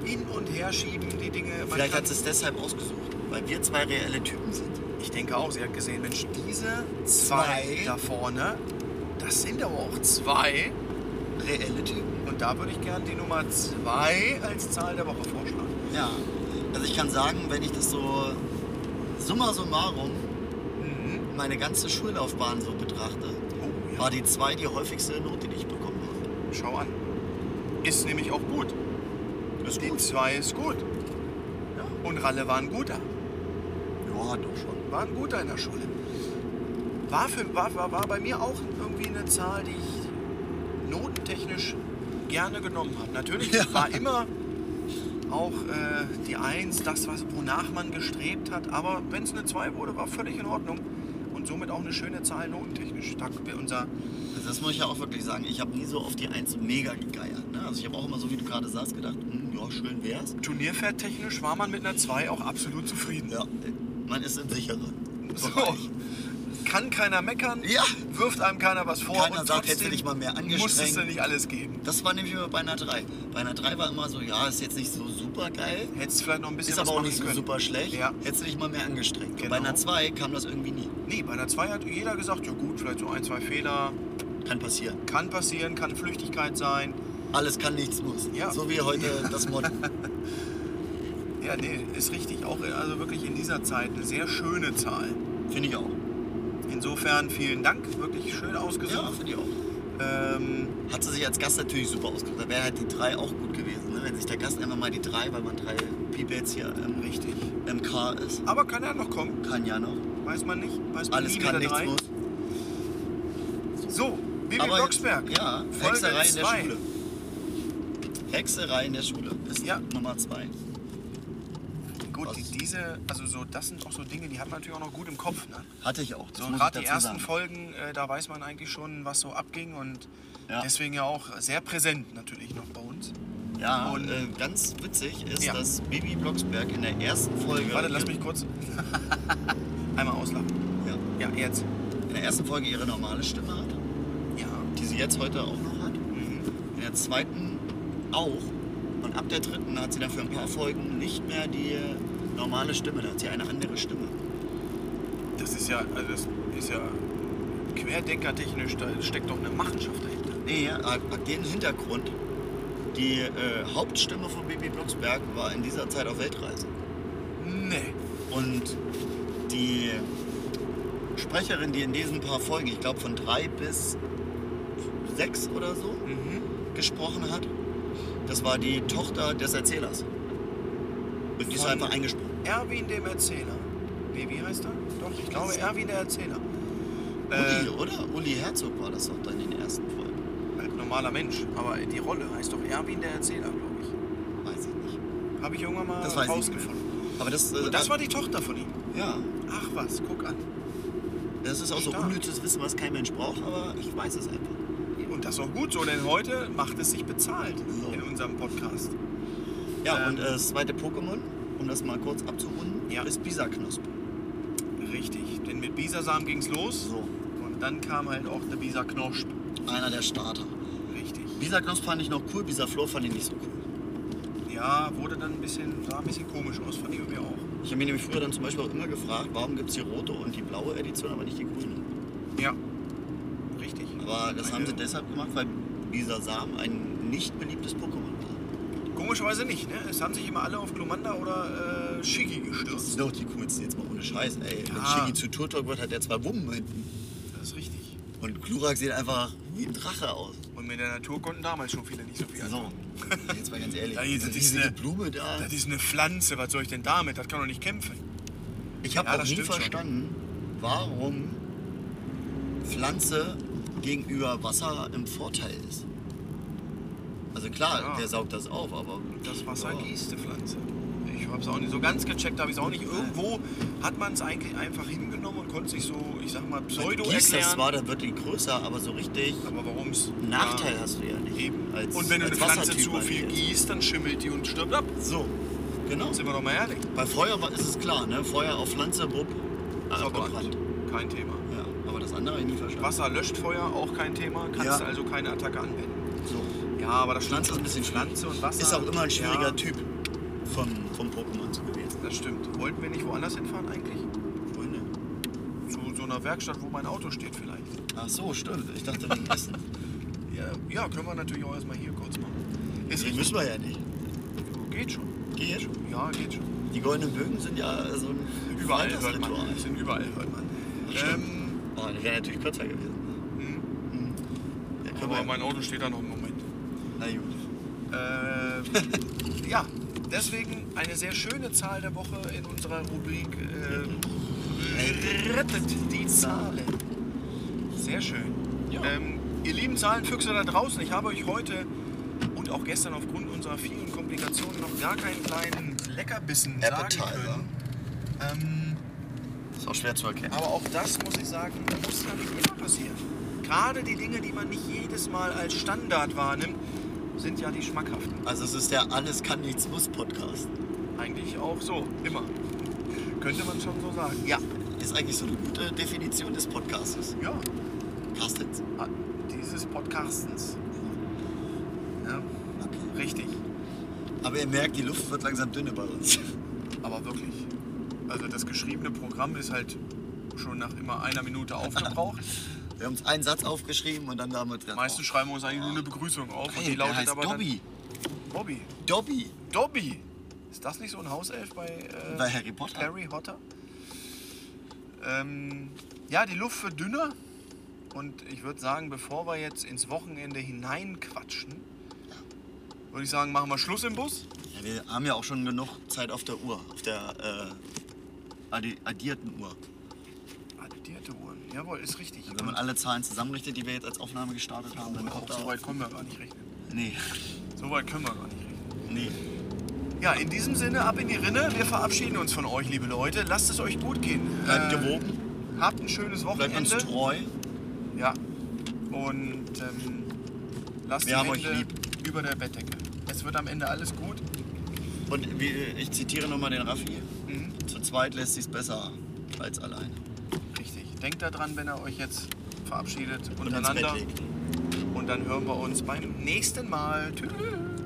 Speaker 3: hin und her schieben, die Dinge. Man
Speaker 2: Vielleicht
Speaker 3: kann,
Speaker 2: hat sie es deshalb ausgesucht, weil wir zwei reelle Typen sind.
Speaker 3: ich denke auch, sie hat gesehen, Mensch, diese zwei,
Speaker 2: Zwei.
Speaker 3: da vorne, das sind aber auch zwei.
Speaker 2: Reelle Typen?
Speaker 3: Und da würde ich gerne die Nummer zwei als Zahl der Woche vorschlagen.
Speaker 2: Ja. Also ich kann sagen, wenn ich das so summa summarum meine ganze Schullaufbahn so betrachte,
Speaker 3: Mhm. Oh,
Speaker 2: war die zwei die häufigste Note, die ich bekommen habe.
Speaker 3: Schau an. Ist nämlich auch gut. die zwei ist gut. Und Ralle war ein guter.
Speaker 2: Ja, doch schon.
Speaker 3: War ein guter in der Schule. War, für, war, war, war bei mir auch irgendwie eine Zahl, die ich notentechnisch gerne genommen habe. Natürlich war immer auch äh, die Eins das, was, wonach man gestrebt hat. Aber wenn es eine Zwei wurde, war völlig in Ordnung. Und somit auch eine schöne Zahl notentechnisch. Da unser
Speaker 2: Also das muss ich ja auch wirklich sagen. Ich habe nie so auf die Eins mega gegeiert. Ne? Also ich habe auch immer so, wie du gerade sagst, gedacht, hm, ja, schön wär's.
Speaker 3: Turnierpferd technisch war man mit einer Zwei auch absolut zufrieden.
Speaker 2: Ja, man ist im sicheren
Speaker 3: So.
Speaker 2: Bereich.
Speaker 3: Kann keiner meckern,
Speaker 2: Ja.
Speaker 3: wirft einem keiner was vor.
Speaker 2: Keiner
Speaker 3: und
Speaker 2: sagt,
Speaker 3: trotzdem
Speaker 2: hättest du dich mal mehr
Speaker 3: Musstest du
Speaker 2: angestrengt.
Speaker 3: nicht alles geben.
Speaker 2: Das war nämlich immer bei einer 3. Bei einer 3 war immer so, ja, ist jetzt nicht so super geil,
Speaker 3: Hättest du vielleicht noch ein bisschen
Speaker 2: ist
Speaker 3: was
Speaker 2: aber auch
Speaker 3: machen
Speaker 2: nicht so
Speaker 3: können.
Speaker 2: super schlecht.
Speaker 3: Ja.
Speaker 2: Hättest du dich mal mehr angestrengt. Und
Speaker 3: Genau.
Speaker 2: Bei einer 2 kam das irgendwie nie.
Speaker 3: Nee, bei einer 2 hat jeder gesagt, ja gut, vielleicht so ein, zwei Fehler.
Speaker 2: Kann passieren.
Speaker 3: Kann passieren, kann Flüchtigkeit sein.
Speaker 2: Alles kann, nichts muss.
Speaker 3: Ja.
Speaker 2: So wie heute das Motto.
Speaker 3: Ja, nee, ist richtig. Auch äh, also wirklich in dieser Zeit eine sehr schöne Zahl.
Speaker 2: Finde ich auch.
Speaker 3: Insofern vielen Dank, wirklich schön
Speaker 2: Ja,
Speaker 3: ausgesucht.
Speaker 2: finde ich auch.
Speaker 3: Ähm,
Speaker 2: Hat sie sich als Gast natürlich super ausgesucht. Da wäre halt die 3 auch gut gewesen. Ne? Wenn sich der Gast einfach mal die 3, weil man drei Pibels hier im,
Speaker 3: richtig.
Speaker 2: im Car ist.
Speaker 3: Aber kann er noch kommen?
Speaker 2: Kann ja noch.
Speaker 3: Weiß man nicht. Weiß man
Speaker 2: Alles
Speaker 3: nie
Speaker 2: kann,
Speaker 3: mit der
Speaker 2: nichts
Speaker 3: drei.
Speaker 2: muss.
Speaker 3: So, Bibi
Speaker 2: Aber-
Speaker 3: Blocksberg.
Speaker 2: Ja,
Speaker 3: Folge
Speaker 2: Hexerei in der
Speaker 3: zwei.
Speaker 2: Schule. Hexerei in der Schule ist
Speaker 3: Ja.
Speaker 2: Nummer 2.
Speaker 3: Gut,
Speaker 2: Was?
Speaker 3: die, diese, also so, das sind auch so Dinge, die hat man natürlich auch noch gut im Kopf. Ne?
Speaker 2: Hatte ich auch. Das
Speaker 3: So
Speaker 2: muss ich
Speaker 3: gerade die
Speaker 2: dazu
Speaker 3: ersten
Speaker 2: sagen.
Speaker 3: Folgen, äh, da weiß man eigentlich schon, was so abging und
Speaker 2: Ja.
Speaker 3: deswegen ja auch sehr präsent natürlich noch bei uns.
Speaker 2: Ja,
Speaker 3: Und-
Speaker 2: und äh, ganz witzig ist,
Speaker 3: Ja.
Speaker 2: dass Bibi Blocksberg in der ersten Folge.
Speaker 3: Warte, lass mich kurz einmal auslachen.
Speaker 2: Ja.
Speaker 3: Ja, jetzt.
Speaker 2: in der ersten Folge ihre normale Stimme hat. Ja. Die sie jetzt heute auch noch hat.
Speaker 3: mhm.
Speaker 2: In der zweiten auch. Und ab der dritten hat sie dann für ein paar Folgen nicht mehr die normale Stimme. Da hat sie eine andere Stimme.
Speaker 3: Das ist ja, also das ist ja querdenkertechnisch, da steckt doch eine Machenschaft dahinter.
Speaker 2: Nee, ja, hat hat den Hintergrund. Die äh, Hauptstimme von Bibi Blocksberg war in dieser Zeit auf Weltreise.
Speaker 3: Nee.
Speaker 2: Und die Sprecherin, die in diesen paar Folgen, ich glaube von drei bis sechs oder so,
Speaker 3: Mhm.
Speaker 2: gesprochen hat, das war die Tochter des Erzählers. Und die ist
Speaker 3: Von-
Speaker 2: einfach eingesprungen.
Speaker 3: Erwin dem Erzähler. Nee, wie heißt er? Doch, ich glaube Erwin der Erzähler. Äh,
Speaker 2: Uli, oder? Uli Herzog war das doch dann in den ersten Folgen.
Speaker 3: Halt normaler Mensch, aber die Rolle heißt doch Erwin der Erzähler, glaube ich.
Speaker 2: Weiß ich nicht.
Speaker 3: Habe ich irgendwann mal
Speaker 2: Das weiß ich nicht
Speaker 3: rausgefunden.
Speaker 2: Aber das, äh,
Speaker 3: Und das war die Tochter von ihm.
Speaker 2: ja.
Speaker 3: Ach was, guck an.
Speaker 2: Das ist auch so
Speaker 3: Stark.
Speaker 2: unnützes Wissen, was kein Mensch braucht, aber ich weiß es einfach.
Speaker 3: Und das ist auch gut so, denn heute macht es sich bezahlt
Speaker 2: So.
Speaker 3: in unserem Podcast.
Speaker 2: Ja,
Speaker 3: Ähm.
Speaker 2: und äh, das zweite Pokémon, um das mal kurz abzurunden,
Speaker 3: Ja.
Speaker 2: ist Bisaknospe.
Speaker 3: Richtig, denn mit Bisasam ging's los
Speaker 2: So,
Speaker 3: und dann kam halt auch der Bisa-Knosp.
Speaker 2: einer der Starter.
Speaker 3: Richtig.
Speaker 2: Bisaknospe fand ich noch cool, Bisaflor fand ich nicht so cool.
Speaker 3: Ja, wurde dann ein bisschen, sah ein bisschen komisch aus, fand ich bei mir auch.
Speaker 2: Ich habe mich nämlich früher dann zum Beispiel auch immer gefragt, warum gibt es die rote und die blaue Edition, aber nicht die grüne.
Speaker 3: Ja. Richtig.
Speaker 2: Aber das haben
Speaker 3: Eine-
Speaker 2: sie deshalb gemacht, weil Bisasam ein nicht beliebtes Pokémon war.
Speaker 3: Komischerweise nicht, ne? Es haben sich immer alle auf Glumanda oder äh, Shiki
Speaker 2: Das
Speaker 3: gestürzt.
Speaker 2: ist doch die coolste, jetzt mal ohne Scheiß, ey. Wenn
Speaker 3: Ja.
Speaker 2: Shiggy zu Turtok wird, hat er zwei Wummen hinten.
Speaker 3: Das ist richtig.
Speaker 2: Und Glurak sieht einfach wie ein Drache aus.
Speaker 3: Und mit der Natur konnten damals schon viele nicht so viel
Speaker 2: So,
Speaker 3: anfangen.
Speaker 2: jetzt mal ganz ehrlich,
Speaker 3: Ja, jetzt
Speaker 2: diese
Speaker 3: ist
Speaker 2: riesige
Speaker 3: eine-
Speaker 2: Blume ne? da.
Speaker 3: Das ist eine Pflanze, was soll ich denn damit? Das kann doch nicht kämpfen.
Speaker 2: Ich habe
Speaker 3: Ja,
Speaker 2: auch
Speaker 3: das
Speaker 2: nie
Speaker 3: stimmt schon.
Speaker 2: verstanden, warum Pflanze gegenüber Wasser im Vorteil ist. Also klar,
Speaker 3: Ja.
Speaker 2: der saugt das auf, aber
Speaker 3: Das Wasser
Speaker 2: Ja.
Speaker 3: gießt die Pflanze. Ich hab's auch nicht so ganz gecheckt, habe ich auch nicht. Irgendwo hat man es eigentlich einfach hingenommen und konnte sich so, ich sag mal,
Speaker 2: Also
Speaker 3: pseudo
Speaker 2: gießt das
Speaker 3: erklären.
Speaker 2: zwar, dann wird die größer, aber so richtig
Speaker 3: Aber warum's?
Speaker 2: einen Nachteil hast du ja nicht.
Speaker 3: Eben.
Speaker 2: Als,
Speaker 3: und wenn du eine
Speaker 2: als
Speaker 3: Pflanze
Speaker 2: Wassertyp
Speaker 3: zu viel
Speaker 2: eigentlich.
Speaker 3: gießt, dann schimmelt die und stirbt ab.
Speaker 2: So, genau.
Speaker 3: Sind wir doch mal ehrlich.
Speaker 2: Bei Feuer war- ist es klar, ne? Feuer auf Pflanze, wupp, abgebrannt.
Speaker 3: Verbrannt. Kein Thema.
Speaker 2: Ja, aber das andere habe ich nie verstanden.
Speaker 3: Wasser löscht Feuer, auch kein Thema. Kannst
Speaker 2: Ja.
Speaker 3: also keine Attacke anwenden.
Speaker 2: So.
Speaker 3: Ja, aber das
Speaker 2: Pflanze ist ein bisschen
Speaker 3: Pflanze und Wasser.
Speaker 2: Ist auch immer ein schwieriger
Speaker 3: ja,
Speaker 2: Typ vom, vom Pokémon zu gewesen.
Speaker 3: Das stimmt. Wollten wir nicht woanders hinfahren eigentlich?
Speaker 2: Freunde.
Speaker 3: Zu so einer Werkstatt, wo mein Auto steht vielleicht.
Speaker 2: Ach so, stimmt. Ich dachte wegen Essen.
Speaker 3: Ja, ja können wir natürlich auch erstmal hier kurz machen. Ist
Speaker 2: nee,
Speaker 3: richtig.
Speaker 2: müssen wir ja nicht.
Speaker 3: Geht schon.
Speaker 2: Geht schon.
Speaker 3: Ja, geht schon.
Speaker 2: Die goldenen Bögen sind ja so ein
Speaker 3: Überall hört man.
Speaker 2: Freitagsritual.
Speaker 3: Sind überall hört man.
Speaker 2: stimmt.
Speaker 3: Ähm,
Speaker 2: Oh, das wäre natürlich kürzer gewesen. ne? Mhm. Ja, können wir
Speaker 3: aber
Speaker 2: ja-
Speaker 3: mein Auto steht da noch einen Moment.
Speaker 2: Na gut.
Speaker 3: Ähm, ja, deswegen eine sehr schöne Zahl der Woche in unserer Rubrik ähm, äh, Rettet die Zahlen. Sehr schön. Ähm, ihr lieben Zahlenfüchse da draußen, ich habe euch heute und auch gestern aufgrund unserer vielen Komplikationen noch gar keinen kleinen Leckerbissen
Speaker 2: Appetizer.
Speaker 3: sagen können. Ähm,
Speaker 2: Ist auch schwer zu erkennen.
Speaker 3: aber auch das muss ich sagen, muss ja nicht immer passieren. Gerade die Dinge, die man nicht jedes Mal als Standard wahrnimmt, sind ja die schmackhaften.
Speaker 2: Also es ist der Alles kann nichts muss Podcast.
Speaker 3: Eigentlich auch so, immer. Könnte man schon so sagen. Ja.
Speaker 2: Ist eigentlich so eine gute Definition des Podcastes.
Speaker 3: Ja.
Speaker 2: Castets.
Speaker 3: Ah, Dieses Podcastens. Ja,
Speaker 2: Okay.
Speaker 3: richtig.
Speaker 2: Aber ihr merkt, die Luft wird langsam dünne bei uns.
Speaker 3: Aber wirklich. Also das geschriebene Programm ist halt schon nach immer einer Minute aufgebraucht.
Speaker 2: Wir haben uns einen Satz aufgeschrieben und dann haben wir dran.
Speaker 3: Meistens schreiben wir uns eigentlich nur eine Begrüßung auf und die
Speaker 2: der
Speaker 3: lautet
Speaker 2: heißt
Speaker 3: aber
Speaker 2: Dobby.
Speaker 3: dann Bobby.
Speaker 2: Dobby.
Speaker 3: Dobby! Ist das nicht so ein Hauself bei, äh,
Speaker 2: Bei Harry Potter.
Speaker 3: Harry Potter? Ähm, ja, die Luft wird dünner. Und ich würde sagen, bevor wir jetzt ins Wochenende hineinquatschen, würde ich sagen, machen wir Schluss im Bus.
Speaker 2: Ja, wir haben ja auch schon genug Zeit auf der Uhr, auf der äh, addi- addierten Uhr.
Speaker 3: Addierte Uhren. Jawohl, ist richtig.
Speaker 2: Wenn man alle Zahlen zusammenrichtet, die wir jetzt als Aufnahme gestartet haben, dann kommt
Speaker 3: Auch
Speaker 2: da
Speaker 3: so weit können wir gar nicht rechnen.
Speaker 2: Nee,
Speaker 3: So weit können wir gar nicht rechnen.
Speaker 2: nee.
Speaker 3: Ja, in diesem Sinne, ab in die Rinne. Wir verabschieden uns von euch, liebe Leute. Lasst es euch gut gehen.
Speaker 2: Bleibt
Speaker 3: Äh,
Speaker 2: gewogen,
Speaker 3: Habt ein schönes
Speaker 2: bleibt uns
Speaker 3: Wochenende.
Speaker 2: treu.
Speaker 3: Ja. Und ähm, lasst
Speaker 2: Wir
Speaker 3: die
Speaker 2: haben
Speaker 3: Hände
Speaker 2: euch
Speaker 3: über der Bettdecke. Es wird am Ende alles gut.
Speaker 2: Und wie, ich zitiere nochmal den Raffi. Zu zweit lässt sich's besser als allein.
Speaker 3: Richtig. Denkt daran, wenn ihr euch jetzt verabschiedet
Speaker 2: ins Bett
Speaker 3: untereinander.
Speaker 2: legt.
Speaker 3: Und dann hören wir uns beim nächsten Mal. Tschüss.